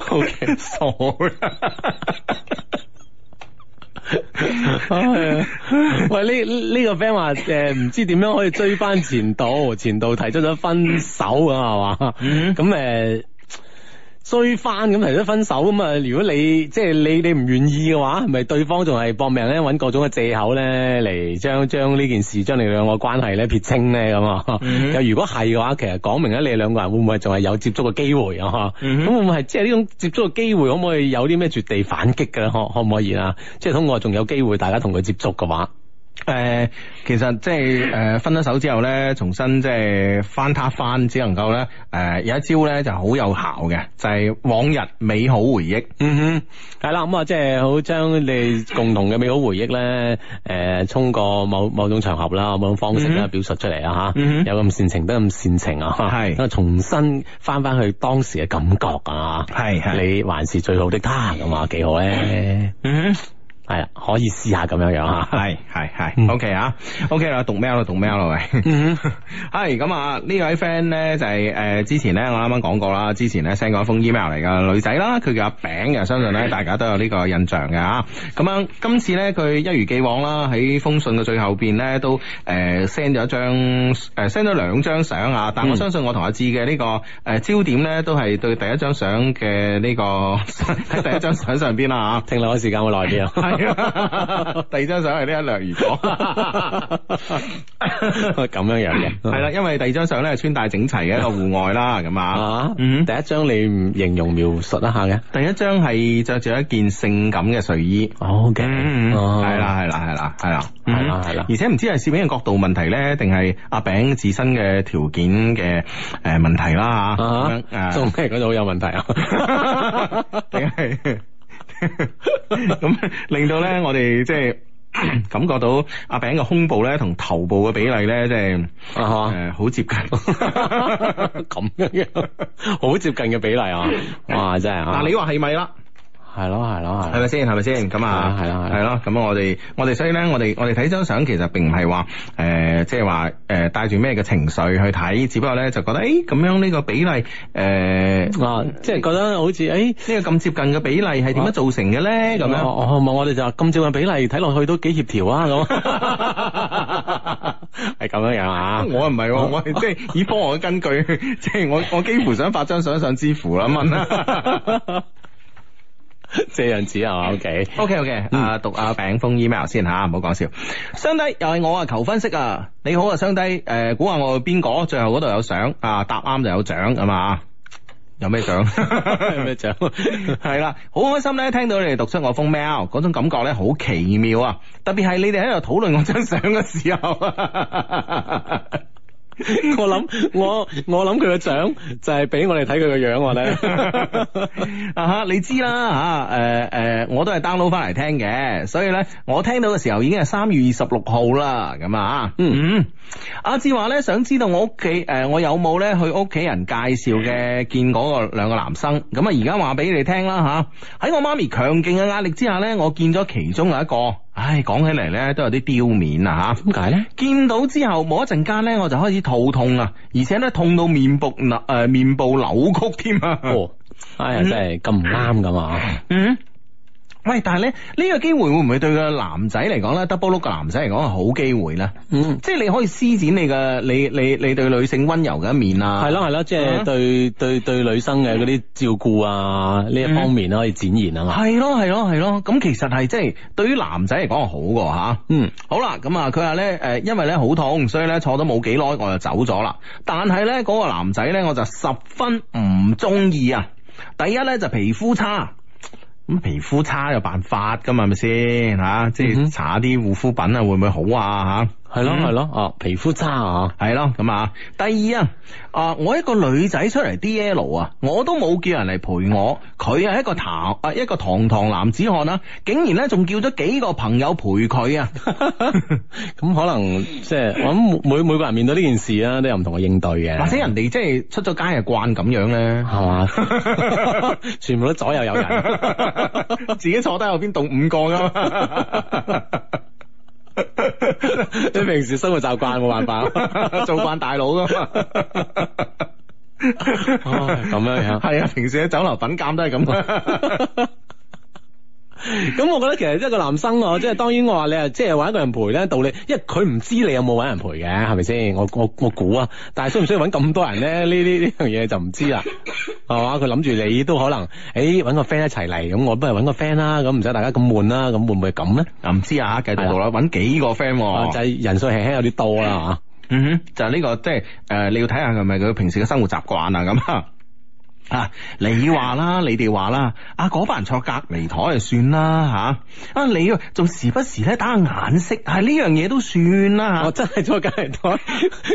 Speaker 1: O
Speaker 2: 傻啦！
Speaker 1: K，喂 呢呢個 friend 話誒唔知點樣可以追翻前度，前度提出咗分手咁係嘛？
Speaker 2: 嗯
Speaker 1: 咁誒追翻咁提出分手咁啊！如果你即係你你唔願意嘅話，係咪對方仲係搏命咧揾各種嘅借口咧嚟將 將呢件事將你兩個關係咧撇清咧咁啊？
Speaker 2: 嗯
Speaker 1: 又如果係嘅話，其實講明咧你兩個人會唔會仲係有接觸嘅機會啊？
Speaker 2: 嗯
Speaker 1: 咁會唔會係即係呢種接觸嘅機會，可唔可以有啲咩絕地反擊嘅咧？可可唔可以啊？即係通過仲有機會大家同佢接觸嘅話，
Speaker 2: 誒、呃其實即係誒分咗手之後咧，重新即係翻撻翻，只能夠咧誒、呃有一招咧就好有效嘅，就係、往日美好回憶。
Speaker 1: 嗯哼，係啦，咁啊，即係好將你共同嘅美好回憶咧，誒、通過某某種場合啦，某種方式
Speaker 2: 嗯
Speaker 1: 咧
Speaker 2: 哼
Speaker 1: 表述出嚟啊嚇，
Speaker 2: 嗯哼
Speaker 1: 有咁煽情得咁煽情啊，
Speaker 2: 係
Speaker 1: 咁啊重新翻翻去當時嘅感覺啊，
Speaker 2: 係係
Speaker 1: 你還是最好的他咁啊，幾好咧，
Speaker 2: 嗯，
Speaker 1: 係啦，可以試下咁樣樣啊。
Speaker 2: 係係
Speaker 1: 嗯
Speaker 2: 係，OK 啊，OK 啦，讀 mail 啦，讀啊 mail 啦，喂。
Speaker 1: 嗯哼，
Speaker 2: 係咁啊！呢位 friend 咧就係、呃之前咧我啱啱講過啦，之前咧 send 過一封 email 嚟嘅女仔啦，佢叫阿餅嘅，相信咧大家都有呢個印象嘅啊。咁樣今次咧佢一如既往啦，喺封信嘅最後邊咧都誒 send 咗一張誒 send 咗兩張相啊，但我
Speaker 1: 嗯
Speaker 2: 相信我同阿志嘅呢個誒、呃焦點咧都係對第一張相嘅呢、個 喺第一張相上邊啦啊。
Speaker 1: 停留嘅時間會耐啲啊。
Speaker 2: 係啊， 第二張相係呢一兩如果。
Speaker 1: 咁樣樣嘅，
Speaker 2: 系啦，因為第二張相咧係穿戴整齊嘅一個戶外啦，咁啊
Speaker 1: 啊，，
Speaker 2: 嗯，
Speaker 1: 第一張你唔形容描述一下嘅
Speaker 2: 第一張係着住一件性感嘅睡衣。
Speaker 1: ，O K，
Speaker 2: 嗯，
Speaker 1: 哦
Speaker 2: 係啦，，係啦，係啦，嗯係啦，
Speaker 1: 係啦係啦
Speaker 2: 而且唔知係攝影嘅角度問題咧，定係阿餅自身嘅條件嘅誒問題啦嚇，
Speaker 1: 啊
Speaker 2: 咁樣，誒
Speaker 1: 仲係嗰度好有問題啊，
Speaker 2: 定係 咁令到咧，我哋即係 感覺到阿餅嘅胸部咧同頭部嘅比例咧，即係
Speaker 1: 啊
Speaker 2: 誒好 接近。
Speaker 1: 嚇 咁樣樣，好接近嘅比例啊，哇，真係啊，
Speaker 2: 嗱，你話係咪啦？
Speaker 1: 係咯係咯係
Speaker 2: 係
Speaker 1: 咯，
Speaker 2: 咪先？係咪先？咁啊，
Speaker 1: 係啦係啦
Speaker 2: 係
Speaker 1: 係
Speaker 2: 咯。咁我哋我哋所以咧，我哋我哋睇張相其實並唔係話誒，即係話誒帶住咩嘅情緒去睇，只不過咧就覺得誒咁樣呢個比例誒
Speaker 1: 啊，即係覺得好似誒。
Speaker 2: 呢個咁接近嘅比例係點樣造成嘅咧？咁樣。
Speaker 1: 哦，唔係我哋就話咁正嘅比例睇落去都幾協調啊，咁 係咁樣樣 啊。
Speaker 2: 我唔係喎，我係即係以科學嘅根據，即係我我幾乎想發張相上知乎啦，問啦。
Speaker 1: 這樣子啊，OK，
Speaker 2: O K O K，啊讀阿餅封 email 先吓，唔好講笑。相低又係我啊，求分析啊！你好啊，相低，誒、估下我邊個？最後嗰度有獎啊，答啱就有獎咁啊！有咩獎？
Speaker 1: 咩獎？
Speaker 2: 係啦，好開心咧，聽到你哋讀出我封 mail 嗰種感覺咧，好奇妙啊！特別係你哋喺度討論我張相嘅時候啊！
Speaker 1: 我諗我我諗佢個獎就係俾我哋睇佢個樣我 咧。
Speaker 2: 啊哈，你知啦吓，誒、誒、我都係 download 翻嚟聽嘅，所以咧，我聽到嘅時候已經係三月二十六號啦，咁啊，嗯，阿志話咧想知道我屋企誒，我有冇咧去屋企人介紹嘅見嗰個兩個男生，咁啊而家話俾你聽啦吓，喺我媽咪強勁嘅壓力之下咧，我見咗其中有一個，唉，講起嚟咧都有啲丟面啊吓。
Speaker 1: 點解咧？
Speaker 2: 見到之後冇一陣間咧，我就開始肚痛啊，而且咧痛到面部扭誒、面部扭曲添啊！
Speaker 1: 哦，哎呀，真係咁唔啱咁啊！
Speaker 2: 嗯。喂，但係咧呢個機會會唔會對個男仔嚟講咧，double look 嘅男仔嚟講係好機會咧？
Speaker 1: 嗯，
Speaker 2: 即係你可以施展你嘅你你你對女性温柔嘅一面啊，
Speaker 1: 係咯係咯，即係對對對女生嘅嗰啲照顧啊呢一方面可以展現啊嘛。
Speaker 2: 嗯係咯係咯係咯，咁其實係即係對於男仔嚟講係好嘅吓。
Speaker 1: 嗯，
Speaker 2: 好啦，咁啊，佢話咧，誒，因為咧好痛，所以咧坐咗冇幾耐，我就走咗啦。但係咧，嗰個男仔咧，我就十分唔中意啊。第一咧就皮膚差，咁皮膚差有辦法噶嘛，係咪先吓？即
Speaker 1: 嗯哼
Speaker 2: 係搽啲護膚品啊，會唔會好啊吓？
Speaker 1: 係咯
Speaker 2: 嗯
Speaker 1: 係咯，哦，皮膚差 啊，
Speaker 2: 係咯，咁啊，第二啊，啊，我一個女仔出嚟 D L 啊，我都冇叫人嚟陪我，佢係一個堂啊一個堂堂男子漢啊，竟然咧仲叫咗幾個朋友陪佢啊，
Speaker 1: 咁可能即係我諗每每個人面對呢件事啊，都有唔同嘅應對嘅，
Speaker 2: 或者人哋即係出咗街係慣咁 樣咧。
Speaker 1: 係嘛， 全部都左右有 人，
Speaker 2: 自己坐低後邊棟五個噶嘛，
Speaker 1: 你平時生活習慣冇辦法。
Speaker 2: 做慣大佬噶嘛。
Speaker 1: 哦咁樣樣
Speaker 2: 係啊，平時喺酒樓品鑑都 係咁。
Speaker 1: 咁我覺得其實一個男生啊我即係當然我話你係即係揾一個人陪咧，道理，因為佢唔知你有冇揾人陪嘅，係咪先？我我我估啊，但係需唔需要揾咁多人咧？呢呢呢樣嘢就唔知啦，係嘛？佢諗住你都可能，誒揾個 friend 一齊嚟，咁我不如揾個 friend 啦，咁唔使大家咁悶啦，咁會唔會咁咧？
Speaker 2: 啊唔知啊，繼續到啦，揾幾個 friend
Speaker 1: 啊，
Speaker 2: 喎
Speaker 1: 就係人數輕輕有啲多啦
Speaker 2: 嗯哼，就係呢、個即係誒、呃你要睇下係咪佢平時嘅生活習慣啊咁啊。啊！你 話啦，你哋話啦，啊嗰班人坐隔離台就算啦吓，啊你仲時不時咧打下眼色，啊係呢樣嘢都算
Speaker 1: 嚇。
Speaker 2: 啦
Speaker 1: 啊我
Speaker 2: 嚇。啊
Speaker 1: 真係坐隔離台，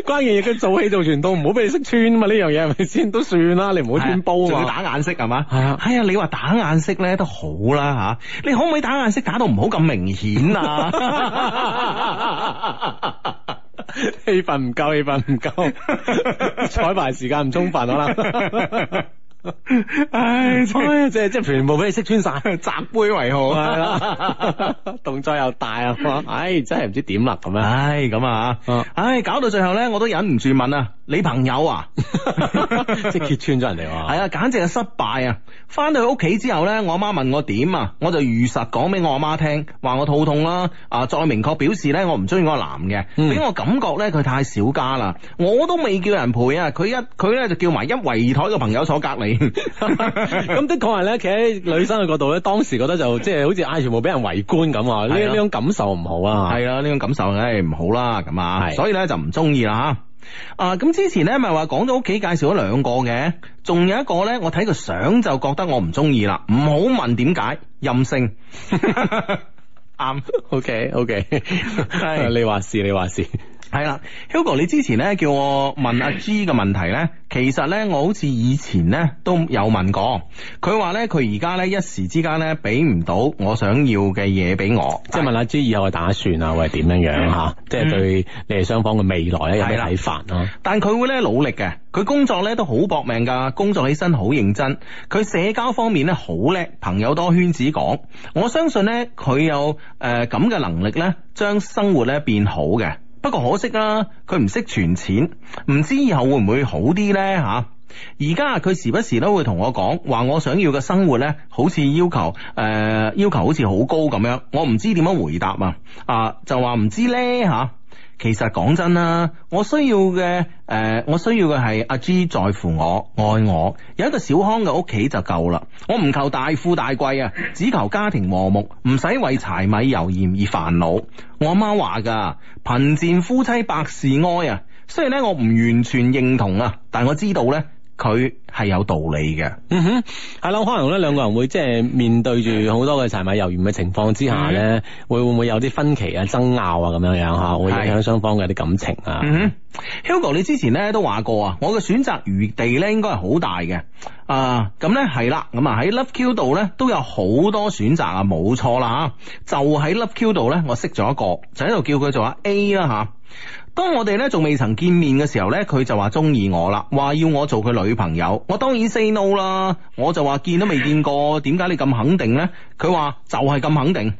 Speaker 1: 關鍵嘢佢做戲做全套，唔好俾你識穿嘛！呢樣嘢係咪先？都算啦，你唔好穿煲
Speaker 2: 仲
Speaker 1: 啊
Speaker 2: 要
Speaker 1: 嘛。
Speaker 2: 打眼色係嘛？
Speaker 1: 係啊
Speaker 2: 係啊！你話打眼色咧都好啦吓，你可唔可以打眼色打到唔好咁明顯啊？
Speaker 1: 氣氛唔夠，氣氛唔夠， 彩排時間唔充分可能。
Speaker 2: 唉，真係
Speaker 1: 唉，即係即係全部俾你識 穿晒，
Speaker 2: 擲杯為號
Speaker 1: 係啦， 動作又大啊嘛，唉，真係唔知點啦咁 樣。
Speaker 2: 唉，咁啊
Speaker 1: 啊，
Speaker 2: 唉，搞到最後咧，我都忍唔住問啊，你朋 友啊，
Speaker 1: 即係揭穿咗人哋喎，
Speaker 2: 係啊，簡直係失敗啊！翻到去屋企之後咧，我阿媽問我點啊，我就如實講俾我阿媽聽，話我肚痛啦，啊，再明確表示咧，我唔中意嗰個男嘅，
Speaker 1: 嗯
Speaker 2: 俾、我感覺咧佢太小家啦，我都未叫人陪啊，佢一佢咧就叫埋一圍台嘅朋友坐隔離，
Speaker 1: 咁的確係咧，企喺女生嘅角度咧，當時覺得就即係好似唉，全部俾人圍觀咁啊，呢
Speaker 2: 係啊
Speaker 1: 呢種感受唔好 啊。
Speaker 2: 係啊，呢種感受梗係唔好啦，咁啊，
Speaker 1: 係
Speaker 2: 所以咧就唔中意啦吓。啊，咁之前咧咪話講咗屋企介紹咗兩個嘅，仲有一個咧，我睇個相就覺得我唔中意啦，唔好問點解，任性。啱，
Speaker 1: OK OK，
Speaker 2: 係
Speaker 1: 你話事，你話事，
Speaker 2: 係啦，Hugo，你之前咧叫我問阿 G 嘅問題咧，其實咧我好似以前咧都有問過，佢話咧佢而家咧一時之間咧俾唔到我想要嘅嘢俾我，
Speaker 1: 即係問阿 J 以後嘅打算啊，或者點樣樣嚇，即係對你哋雙方嘅未來咧有咩
Speaker 2: 嗯係啦
Speaker 1: 睇法啊？
Speaker 2: 但佢會咧努力嘅，佢工作咧都好搏命噶，工作起身好認真。佢社交方面咧好叻，朋友多圈子廣。我相信咧佢有誒咁嘅能力咧，將生活咧變好嘅。不過可惜啦，佢唔識存錢，唔知以後會唔會好啲呢？吓、而家佢時不時都會同我講話，我想要嘅生活呢，好似要求誒、呃要求好似好高咁樣，我唔知點樣回答啊！啊，就話唔知呢。吓、其實講真啦，我需要嘅诶、呃我需要嘅係阿 G 在乎我、愛我，有一個小康嘅屋企就夠啦。我唔求大富大貴啊，只求家庭和睦，唔使為柴米油鹽而煩惱。我阿媽話㗎，貧賤夫妻百事哀啊。雖然咧我唔完全認同啊，但我知道咧佢係有道理嘅。
Speaker 1: 嗯哼，係啦，可能咧兩個人會即係面對住好多嘅柴米油鹽嘅情況之下
Speaker 2: 嗯
Speaker 1: 咧，會會唔會有啲分歧啊、爭拗啊咁樣樣吓，會影響雙方嘅一啲感情啊。
Speaker 2: 嗯哼，Hugo，你之前咧都話過啊，我嘅選擇餘地咧應該係好大嘅。啊，咁咧係啦，咁啊喺 Love Q 度咧都有好多選擇啊，冇錯啦吓。就喺 Love Q 度咧，我識咗一個，就喺度叫佢做阿 A 啦吓。當我哋咧仲未曾見面嘅時候咧，佢就話中意我啦，話要我做佢女朋友。我當然 say no 啦，我就話見都未見過，點解你咁肯定咧？佢話就係咁肯定。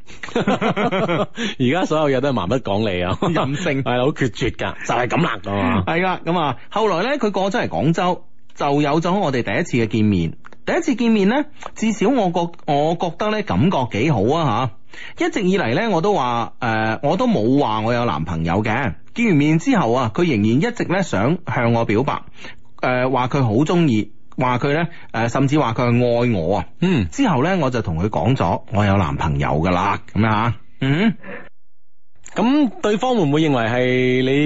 Speaker 1: 而家所有嘢都係蠻不講理啊，
Speaker 2: 任性
Speaker 1: 係啦，好決絕㗎，就係咁啦，咁 嘛。
Speaker 2: 系啦，咁啊，後來咧佢過咗嚟廣州，就有咗我哋第一次嘅見面。第一次見面咧，至少我覺我覺得咧感覺幾好啊吓。一直以嚟咧，我都話诶、呃我都冇話我有男朋友嘅。見完面之後啊，佢仍然一直咧想向我表白，诶話佢好中意，話佢咧诶甚至話佢係愛我啊。
Speaker 1: 嗯，
Speaker 2: 之後咧我就同佢講咗，我有男朋友噶啦，咁樣啊，嗯。
Speaker 1: 咁對方會唔會認為係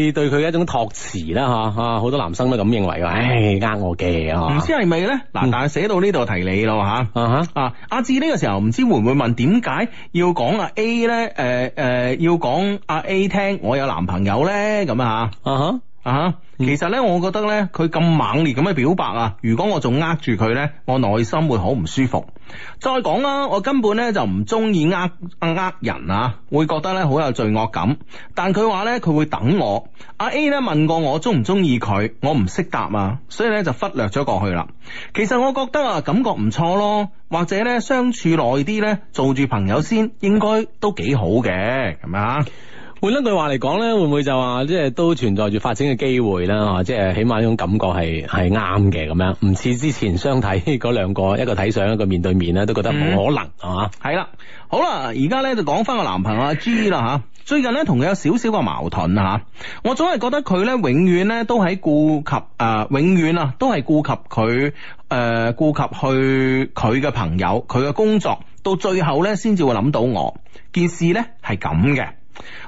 Speaker 1: 你對佢嘅一種托詞啦？吓吓，啊好多男生都咁認為㗎，唉，呃我嘅啊
Speaker 2: 唔知係咪咧？嗱，
Speaker 1: 嗯
Speaker 2: 但係寫到呢度提你咯吓。
Speaker 1: 啊
Speaker 2: 啊，阿志呢個時候唔知會唔會問點解要講阿 A 咧？誒、誒、要講阿 A 聽我有男朋友咧咁啊
Speaker 1: 哈啊哈，
Speaker 2: 啊！其實咧，我覺得咧，佢咁猛烈咁嘅表白啊，如果我仲呃住佢咧，我內心會好唔舒服。再講啦，我根本咧就唔中意呃呃人啊，會覺得咧好有罪惡感。但佢話咧，佢會等我。阿 A 咧問過我中唔中意佢，我唔識答啊，所以咧就忽略咗過去啦。其實我覺得啊，感覺唔錯咯，或者咧相處耐啲咧，做住朋友先，應該都幾好嘅，咁啊。
Speaker 1: 換一句話嚟講咧，會唔會就話即係都存在住發展嘅機會啦？啊嚇，即係起碼呢種感覺係係啱嘅咁樣，唔似之前相睇 嗰兩個，一個睇相，一個面對面咧，都覺得冇
Speaker 2: 嗯
Speaker 1: 可能係嘛？
Speaker 2: 系啦，好啦，而家咧就講翻我男朋友阿 G 啦吓，最近咧同佢有少少個矛盾啊吓，我總係覺得佢咧永遠咧都喺顧及诶、呃永遠啊都係顧及佢诶顾及去佢嘅朋友，佢嘅工作，到最後咧先至會諗到我。件事咧係咁嘅。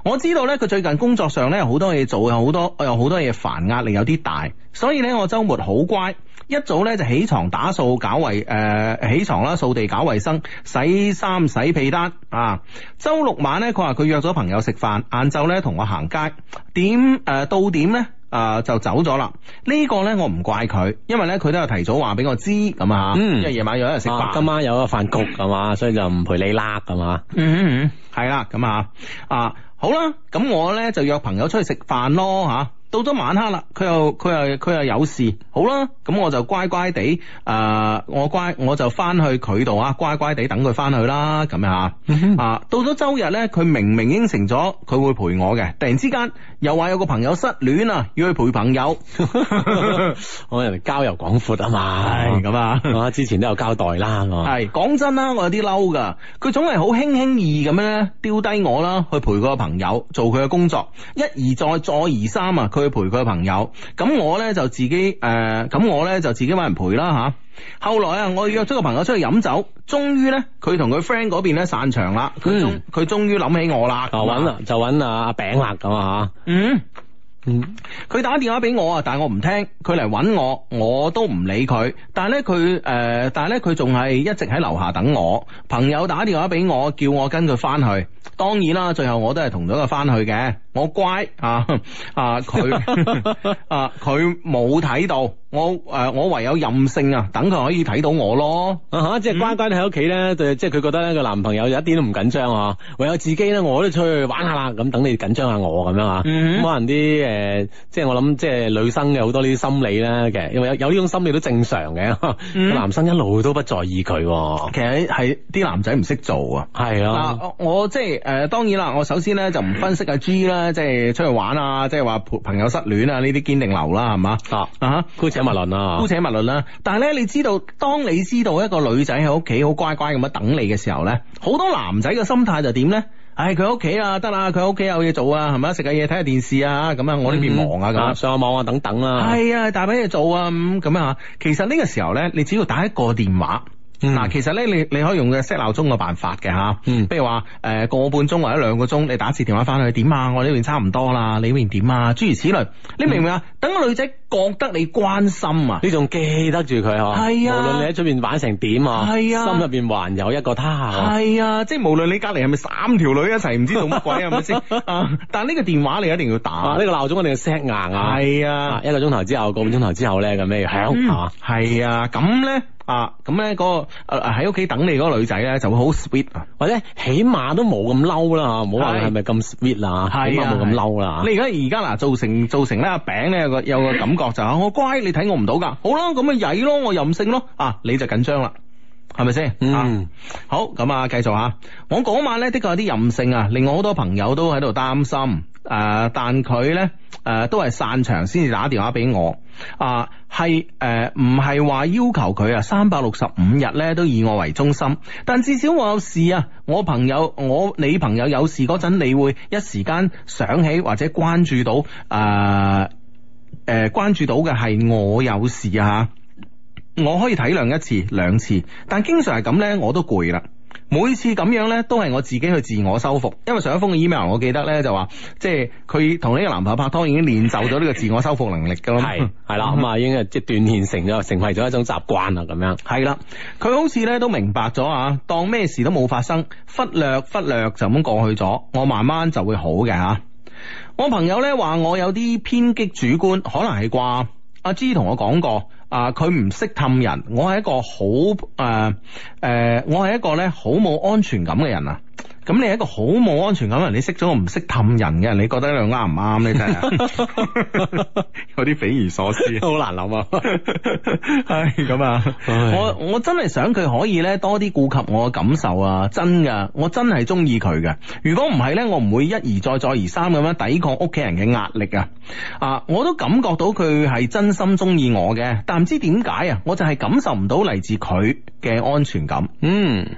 Speaker 2: 我知道咧，佢最近工作上咧有好多嘢做，有好多有好多嘢煩，壓力有啲大，所以咧我周末好乖，一早咧就起床打掃、搞衛誒、呃起床啦、掃地、搞衛生、洗衫、洗被單啊。周六晚咧，佢話佢約咗朋友食飯，晏晝咧同我行街，點誒、呃到點咧？啊、就走咗啦！呢、個呢，我唔怪佢，因為呢，佢都有提早話俾我知咁啊，
Speaker 1: 嗯
Speaker 2: 因為夜晚有人食飯、
Speaker 1: 啊今晚有個飯局係嘛，所以就唔陪你啦係 嘛？
Speaker 2: 嗯嗯，系啦，咁啊啊好啦，咁我咧就約朋友出去食飯咯吓。到咗晚黑啦，佢又佢又佢又有事，好啦，咁我就乖乖地，誒、我乖我就翻去佢度啊，乖乖地等佢翻去啦，咁樣啊，啊，到咗周日咧，佢明明應承咗佢會陪我嘅，突然之間又話有個朋友失戀啊，要去陪朋友，
Speaker 1: 我人哋交遊廣闊啊嘛，
Speaker 2: 係咁啊。
Speaker 1: 啊，之前都有交代啦，係嘛？
Speaker 2: 系講真啦，我有啲嬲噶，佢總係好輕輕易咁樣咧丟低我啦，去陪佢個朋友做佢嘅工作，一而再再而三啊，佢去陪佢個朋友，咁我咧就自己诶，呃咁、我咧就自己揾人陪啦吓。後來啊，我約咗個朋友出去飲酒，終於咧佢同佢 friend 嗰邊咧散場啦，佢終
Speaker 1: 嗯
Speaker 2: 佢終於諗起我啦，
Speaker 1: 啊，揾啦，就揾啊阿餅啦咁啊
Speaker 2: 嗯。
Speaker 1: 嗯
Speaker 2: 佢打電話俾我啊，但係我唔聽，佢嚟揾我，我都唔理佢。但係咧佢誒，但係咧佢仲係一直喺樓下等我。朋友打電話俾我，叫我跟佢翻去。當然啦，最後我都係同咗佢翻去嘅。我乖啊啊佢啊佢冇睇到我誒、呃我唯有任性啊，等佢可以睇到我咯。
Speaker 1: 啊哈，
Speaker 2: 嗯
Speaker 1: 即係乖乖地喺屋企咧，對，即係佢覺得咧個男朋友就一啲都唔緊張啊，唯有自己咧我都出去玩下啦，咁等你緊張下我咁樣啊。
Speaker 2: 嗯
Speaker 1: 咁可能啲誒，即係我諗即係女生嘅好多呢啲心理咧，其實因為有有呢種心理都正常嘅，個
Speaker 2: 嗯
Speaker 1: 男生一路都不在意佢喎，
Speaker 2: 其實係啲男仔唔識做啊。
Speaker 1: 係
Speaker 2: 啊
Speaker 1: 咯。！
Speaker 2: 我即係誒、呃，當然啦，我首先咧就唔分析阿 G 啦，即係出去玩啊，即係話陪朋友失戀啊呢啲堅定流啦，係嘛
Speaker 1: 啊，
Speaker 2: 啊哈？
Speaker 1: 姑且勿論啊，
Speaker 2: 姑且勿論啦，但係咧，你知道，當你知道一個女仔喺屋企好乖乖咁樣等你嘅時候咧，好多男仔嘅心態就點咧？唉，佢喺屋企啊，得啦，佢喺屋企有嘢做啊，係咪？食下嘢，睇下電視啊，咁啊，我呢邊忙啊，咁啊
Speaker 1: 上下網啊等等啦，
Speaker 2: 係啊，大把嘢做啊，咁咁啊，其實呢個時候咧，你只要打一個電話。
Speaker 1: 嗯
Speaker 2: 嗱，其實咧，你你可以用嘅 set 鬧鐘嘅辦法嘅吓，
Speaker 1: 嗯
Speaker 2: 譬如話誒個半鐘或者兩個鐘，你打一次電話翻去點啊？我呢邊差唔多啦，你呢邊點啊？諸如此類，你明唔明啊？
Speaker 1: 嗯
Speaker 2: 等個女仔覺得你關心啊，
Speaker 1: 你仲記得住佢嗬？
Speaker 2: 係啊
Speaker 1: 無論你喺出邊玩成點啊，
Speaker 2: 係啊
Speaker 1: 心入邊還有一個他嗬。
Speaker 2: 係啊，即係無論你隔離係咪三條女一齊唔知做乜鬼，係 咪先？啊，但係呢個電話你一定要
Speaker 1: 啊！
Speaker 2: 打
Speaker 1: 呢、，個鬧鐘我哋要 set 硬啊，
Speaker 2: 係
Speaker 1: 啊
Speaker 2: 啊。
Speaker 1: 一個鐘頭之後，個半鐘頭之後咧，咁咩響
Speaker 2: 嗯
Speaker 1: 係嘛？
Speaker 2: 係啊，咁咧啊，咁咧嗰個誒喺屋企等你嗰個女仔咧就會好 sweet 啊。
Speaker 1: 或者起碼都冇咁嬲啦，啊唔好話佢係咪咁 sweet 啦，
Speaker 2: 係啊
Speaker 1: 起碼冇咁嬲啦。
Speaker 2: 你而家而家嗱，造成造成咧阿餅咧有個有個感覺就 啊係我乖，你睇我唔到噶，好啦，咁咪曳咯，我任性咯，啊，你就緊張啦。係咪先？啊
Speaker 1: 嗯，
Speaker 2: 好咁啊，繼續吓。我嗰晚咧的確有啲任性啊，令我好多朋友都喺度擔心。誒、但佢咧誒都係散場先至打電話俾我。啊，係誒唔係話要求佢啊三百六十五日咧都以我為中心，但至少我有事啊，我朋友我你朋友有事嗰陣，你會一時間想起或者關注到誒誒、啊呃關注到嘅係我有事啊。我可以體諒一次、兩次，但經常係咁呢，我都攰啦。每次咁樣呢，都係我自己去自我修復。因為上一封嘅 email，我記得呢就話，即係佢同呢個男朋友拍拖已經練就咗呢個自我修復能力噶啦嘛。
Speaker 1: 係係啦，咁啊已經係即係鍛鍊成咗，成為咗一種習慣啦，咁樣。
Speaker 2: 係啦，佢好似咧都明白咗啊，當咩事都冇發生，忽略忽略就咁過去咗，我慢慢就會好嘅吓。我朋友咧話我有啲偏激主觀，可能係啩。阿 G 同我講過，啊佢唔識氹人，我係一個好誒誒，我係一個咧好冇安全感嘅人啊。咁你係一個好冇安全感嘅人，你識咗個唔識氹人嘅人，你覺得呢樣啱唔啱咧？真係 有啲匪夷所思。
Speaker 1: 好難諗啊！
Speaker 2: 唉，咁啊，
Speaker 1: 唉
Speaker 2: 我我真係想佢可以咧多啲顧及我嘅感受啊，真噶，我真係中意佢嘅。如果唔係咧，我唔會一而再再而三咁樣抵抗屋企人嘅壓力啊。啊，我都感覺到佢係真心中意我嘅，但唔知點解啊，我就係感受唔到嚟自佢嘅安全感。
Speaker 1: 嗯，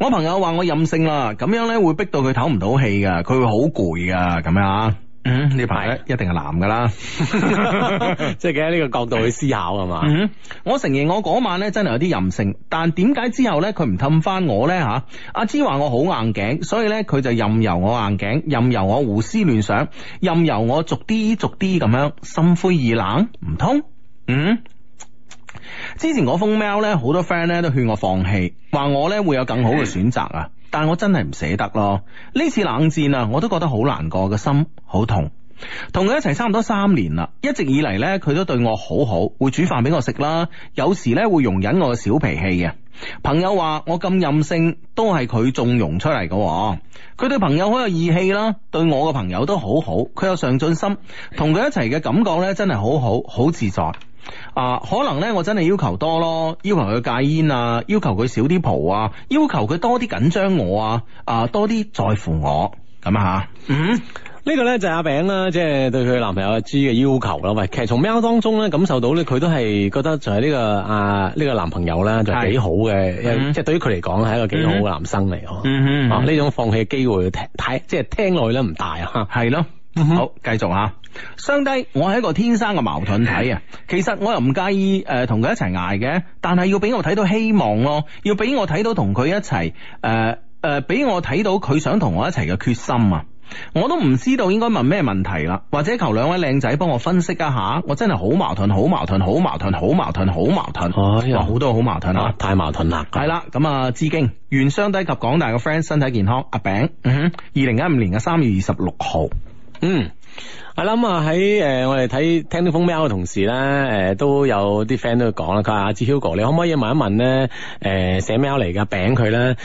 Speaker 2: 我朋友話我任性啦，咁樣咧會逼到佢唞唔到氣噶，佢會好攰噶，咁樣啊。嗯，呢排咧一定係男噶啦。
Speaker 1: 即係企喺呢個角度去思考係嘛？
Speaker 2: 嗯，我承認我嗰晚咧真係有啲任性，但點解之後咧佢唔氹翻我咧吓？阿芝話我好硬頸，所以咧佢就任由我硬頸，任由我胡思亂想，任由我逐啲逐啲咁樣心灰意冷，唔通？嗯。之前嗰封 mail 咧，好多 friend 咧都勸我放棄，話我咧會有更好嘅選擇啊，但我真係唔捨得咯。呢次冷戰啊，我都覺得好難過，個心好痛。同佢一齊差唔多三年啦，一直以嚟呢，佢都對我好好，會煮飯俾我食啦，有時呢，會容忍我嘅小脾氣嘅。朋友話我咁任性，都係佢縱容出嚟嘅喎。佢對朋友好有義氣啦，對我嘅朋友都好好，佢有上進心，同佢一齊嘅感覺呢，真係好好，好自在。啊，可能呢，我真係要求多咯，要求佢戒煙啊，要求佢少啲蒲啊，要求佢多啲緊張我啊，啊多啲在乎我咁啊嗯。
Speaker 1: 呢個咧就係阿餅啦，即係對佢男朋友阿 G 嘅要求啦。喂，其實從喵當中咧感受到咧，佢都係覺得就係呢個啊呢個男朋友啦，就
Speaker 2: 係
Speaker 1: 幾好嘅，
Speaker 2: 嗯
Speaker 1: 即係對於佢嚟講係一個幾好嘅男生嚟呵。
Speaker 2: 嗯
Speaker 1: 啊，呢種放棄嘅機會聽睇，即係聽落去咧唔大啊。
Speaker 2: 係咯。
Speaker 1: 嗯哼
Speaker 2: 好，繼續吓。相低，我係一個天生嘅矛盾體啊。其實我又唔介意誒同佢一齊捱嘅，但係要俾我睇到希望咯，要俾我睇到同佢一齊誒誒，俾、我睇到佢想同我一齊嘅決心啊！我都唔知道應該問咩問題啦，或者求兩位靚仔幫我分析一下。我真係好矛盾，好矛盾，好矛盾，好矛盾，好矛盾。
Speaker 1: 哎呀
Speaker 2: 哇好多好矛盾啊
Speaker 1: 啊！，太矛盾啦。
Speaker 2: 係啦，咁啊，致敬，願雙低及廣大嘅 friend 身體健康。阿餅，嗯哼，二零一五年嘅三月二十六號，
Speaker 1: 嗯，係啦咁啊喺誒我哋睇聽呢封 mail 嘅同時咧，誒、都有啲 friend 都講啦，佢話阿志 Hugo，你可唔可以問一問咧？誒、寫 mail 嚟嘅餅佢 咧，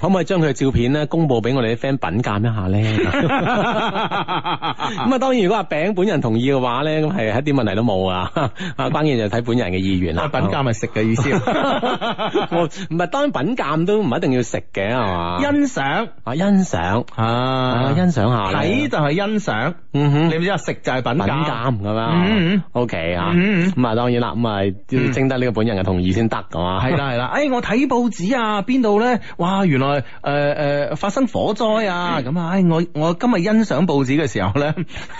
Speaker 1: 可唔可以將佢嘅照片咧公佈俾我哋啲 friend 品鑑一下咧？ 咁啊，當然如果阿餅本人同意嘅話咧，咁係一啲問題都冇 啊！啊，關鍵就睇本人嘅意願啦。
Speaker 2: 啊品鑑係食嘅意思，
Speaker 1: 我唔係當然品鑑都唔一定要食嘅係嘛？
Speaker 2: 欣賞
Speaker 1: 啊欣賞
Speaker 2: 啊
Speaker 1: 啊欣賞下咧
Speaker 2: 睇就係欣賞，
Speaker 1: 嗯哼，
Speaker 2: 你唔知啊，食就係品
Speaker 1: 品鑑
Speaker 2: 價。
Speaker 1: 咁
Speaker 2: 嗯
Speaker 1: 樣，OK 啊，
Speaker 2: 嗯
Speaker 1: 咁啊當然啦，咁啊要徵得呢個本人嘅同意先得噶嘛，
Speaker 2: 係啦係啦，誒、我睇報紙啊，邊度咧？哇，原來誒誒、呃發生火災啊，咁啊，唉我我今日欣賞報紙嘅時候咧，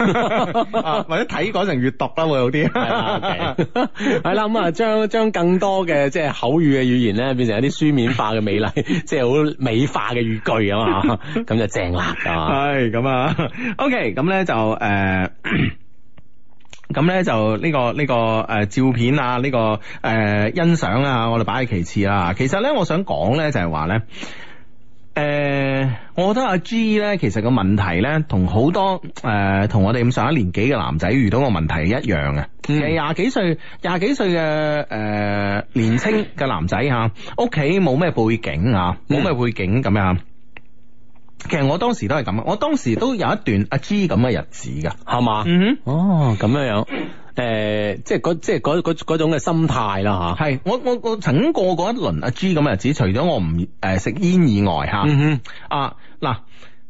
Speaker 2: 啊或者睇嗰陣閱讀啦，會好 啲。
Speaker 1: 係啦，OK 係啦，咁啊將將更多嘅即係口語嘅語言咧，變成一啲書面化嘅美麗， 即係好美化嘅語句啊嘛，咁就正啦，係嘛
Speaker 2: 系咁啊，OK，咁咧就诶。呃 咁咧就呢、個呢、個誒、呃照片啊，呢、個誒、呃欣賞啊，我哋擺喺其次啦。其實咧，我想講咧就係話咧，誒、我覺得阿 G 咧，其實個問題咧，同好多誒同、我哋咁上一年紀嘅男仔遇到個問題係一樣嘅。其
Speaker 1: 嗯
Speaker 2: 實廿幾歲廿幾歲嘅誒、呃年青嘅男仔嚇，屋企冇咩背景啊，冇咩背景咁樣。其實我當時都係咁啊，我當時都有一段阿 G 咁嘅日子噶。
Speaker 1: 係嘛，
Speaker 2: 嗯
Speaker 1: 哦咁樣樣，誒即係嗰即係嗰嗰嗰種嘅心態啦嚇，
Speaker 2: 係我我我曾經過過一輪阿 G 咁嘅日子，除咗我唔誒食煙以外嚇，
Speaker 1: 嗯哼。
Speaker 2: 啊嗱。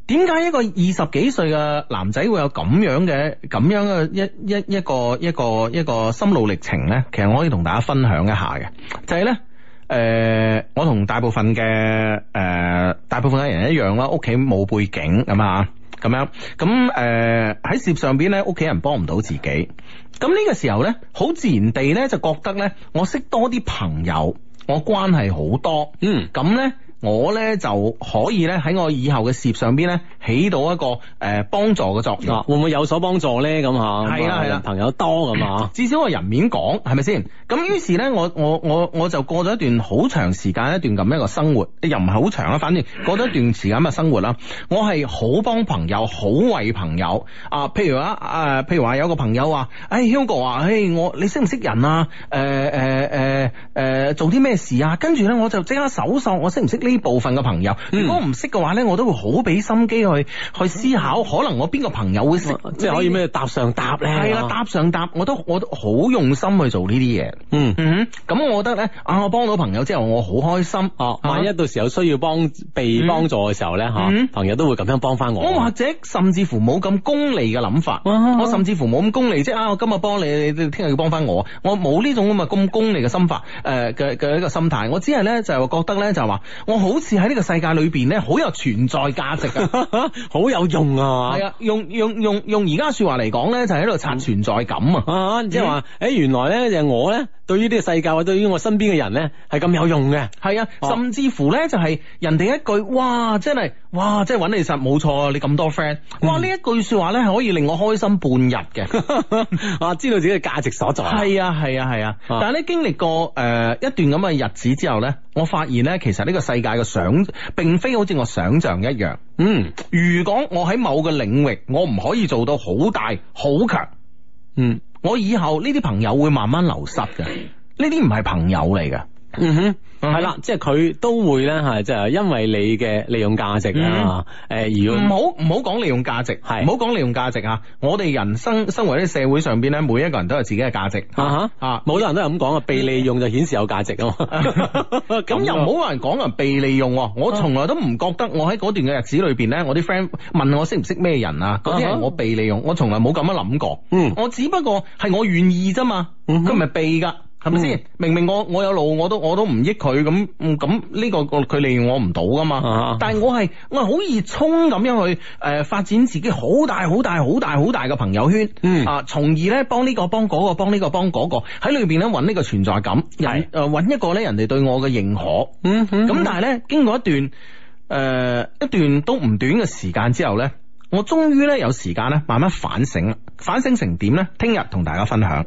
Speaker 2: 點解一個二十幾歲嘅男仔會有咁樣嘅咁樣嘅一一一個一個一個心路歷程呢？其實我可以同大家分享一下嘅，就係、呢。誒、我同大部分嘅誒、大部分嘅人一樣啦，屋企冇背景咁啊，咁樣咁誒喺事業上邊咧，屋企人幫唔到自己。咁呢個時候咧，好自然地咧就覺得咧，我識多啲朋友，我關係好多，
Speaker 1: 嗯
Speaker 2: 咁咧，我咧就可以咧喺我以後嘅事業上邊咧起到一個誒、呃、幫助嘅作用。
Speaker 1: 啊，會唔會有所幫助咧？咁嚇，
Speaker 2: 係啦
Speaker 1: 咁啊
Speaker 2: 係啦
Speaker 1: 朋友多咁啊，
Speaker 2: 至少我人面講係咪先？咁於是咧，我我我我就過咗一段好長時間一段咁樣嘅生活，又唔係好長啦，啊反正過咗一段時間嘅生活啦。我係好幫朋友，好為朋友啊。譬如話啊，譬如話有個朋友話：，誒、Hugo 啊，誒我你識唔識人啊？誒誒誒誒，做啲咩事啊？跟住咧，我就即刻搜索我識唔識呢部分嘅朋友。
Speaker 1: 嗯
Speaker 2: 如果唔識嘅話咧，我都會好俾心機去去思考，可能我邊個朋友會識，
Speaker 1: 嗯哦即係可以咩搭上搭咧？啊
Speaker 2: 係啦，搭上搭，我都我都好用心去做呢啲嘢。
Speaker 1: 嗯。
Speaker 2: 嗯哼，咁我覺得咧，啊，我幫到朋友之後，我好開心。啊
Speaker 1: 哦，萬一到時候需要幫被幫助嘅時候咧，嚇、
Speaker 2: 嗯
Speaker 1: 朋友都會咁樣幫翻我。
Speaker 2: 我或者甚至乎冇咁功利嘅諗法，
Speaker 1: 啊
Speaker 2: 我甚至乎冇咁功利，即係啊，我今日幫你，你你聽日要幫翻我，我冇呢種咁嘅咁功利嘅心法，誒嘅嘅一個心態，我只係咧就係覺得咧就係話，我好似喺呢個世界裏邊咧好有存在價值啊。
Speaker 1: 好有用 啊！
Speaker 2: 係啊，用用用用而家嘅説話嚟講咧，就係喺度刷存在感啊。
Speaker 1: 啊，即係話，誒、原來咧就我咧，對於呢個世界或者對於我身邊嘅人咧，係咁有用嘅。
Speaker 2: 係啊，
Speaker 1: 哦
Speaker 2: 甚至乎咧就係人哋一句哇，真係哇，即係揾你實冇錯啊！你咁多 friend，哇
Speaker 1: 嗯
Speaker 2: 呢一句說話咧係可以令我開心半日嘅。
Speaker 1: 啊，知道自己嘅價值所在。
Speaker 2: 係啊係啊係啊！
Speaker 1: 啊
Speaker 2: 但係咧經歷過誒、呃一段咁嘅日子之後咧，我發現咧其實呢個世界嘅想並非好似我想象一樣。
Speaker 1: 嗯
Speaker 2: 如果我喺某個領域我唔可以做到好大好強，
Speaker 1: 嗯
Speaker 2: 我以後呢啲朋友會慢慢流失嘅。呢啲唔係朋友嚟嘅。
Speaker 1: 嗯哼。
Speaker 2: 嗯
Speaker 1: 係啦，即係佢都會咧，係就係因為你嘅利用價值啊，誒
Speaker 2: 唔
Speaker 1: 而要
Speaker 2: 好唔好講利用價值，
Speaker 1: 係
Speaker 2: 唔好講利用價值啊！我哋人生生活喺社會上邊咧，每一個人都有自己嘅價值
Speaker 1: 啊哈
Speaker 2: 啊！
Speaker 1: 好多人都係咁講啊，被利用就顯示有價值啊嘛。
Speaker 2: 咁啊又唔好話人講人被利用喎，我從來都唔覺得我喺嗰段嘅日子裏邊咧，我啲 friend 問我識唔識咩人啊，嗰啲
Speaker 1: 啊
Speaker 2: 係
Speaker 1: 哈
Speaker 2: 我被利用，我從來冇咁樣諗過。
Speaker 1: 嗯
Speaker 2: 我只不過係我願意啫嘛，
Speaker 1: 嗯哼
Speaker 2: 佢唔係被㗎。係咪先？明明我我有路，我都我都唔益佢咁，嗯咁呢個個佢利用我唔到噶嘛。
Speaker 1: 啊
Speaker 2: 但係我係我係好熱衷咁樣去誒、呃、發展自己好大好大好大好大嘅朋友圈，
Speaker 1: 嗯
Speaker 2: 啊，從而咧幫呢個幫嗰、個幫呢個幫嗰、個喺裏邊咧揾呢個存在感，人誒
Speaker 1: 係
Speaker 2: 揾、一個咧人哋對我嘅認可，咁、
Speaker 1: 嗯哼
Speaker 2: 但係咧經過一段誒、呃一段都唔短嘅時間之後咧，我終於咧有時間咧慢慢反省啦，反省成點咧？聽日同大家分享。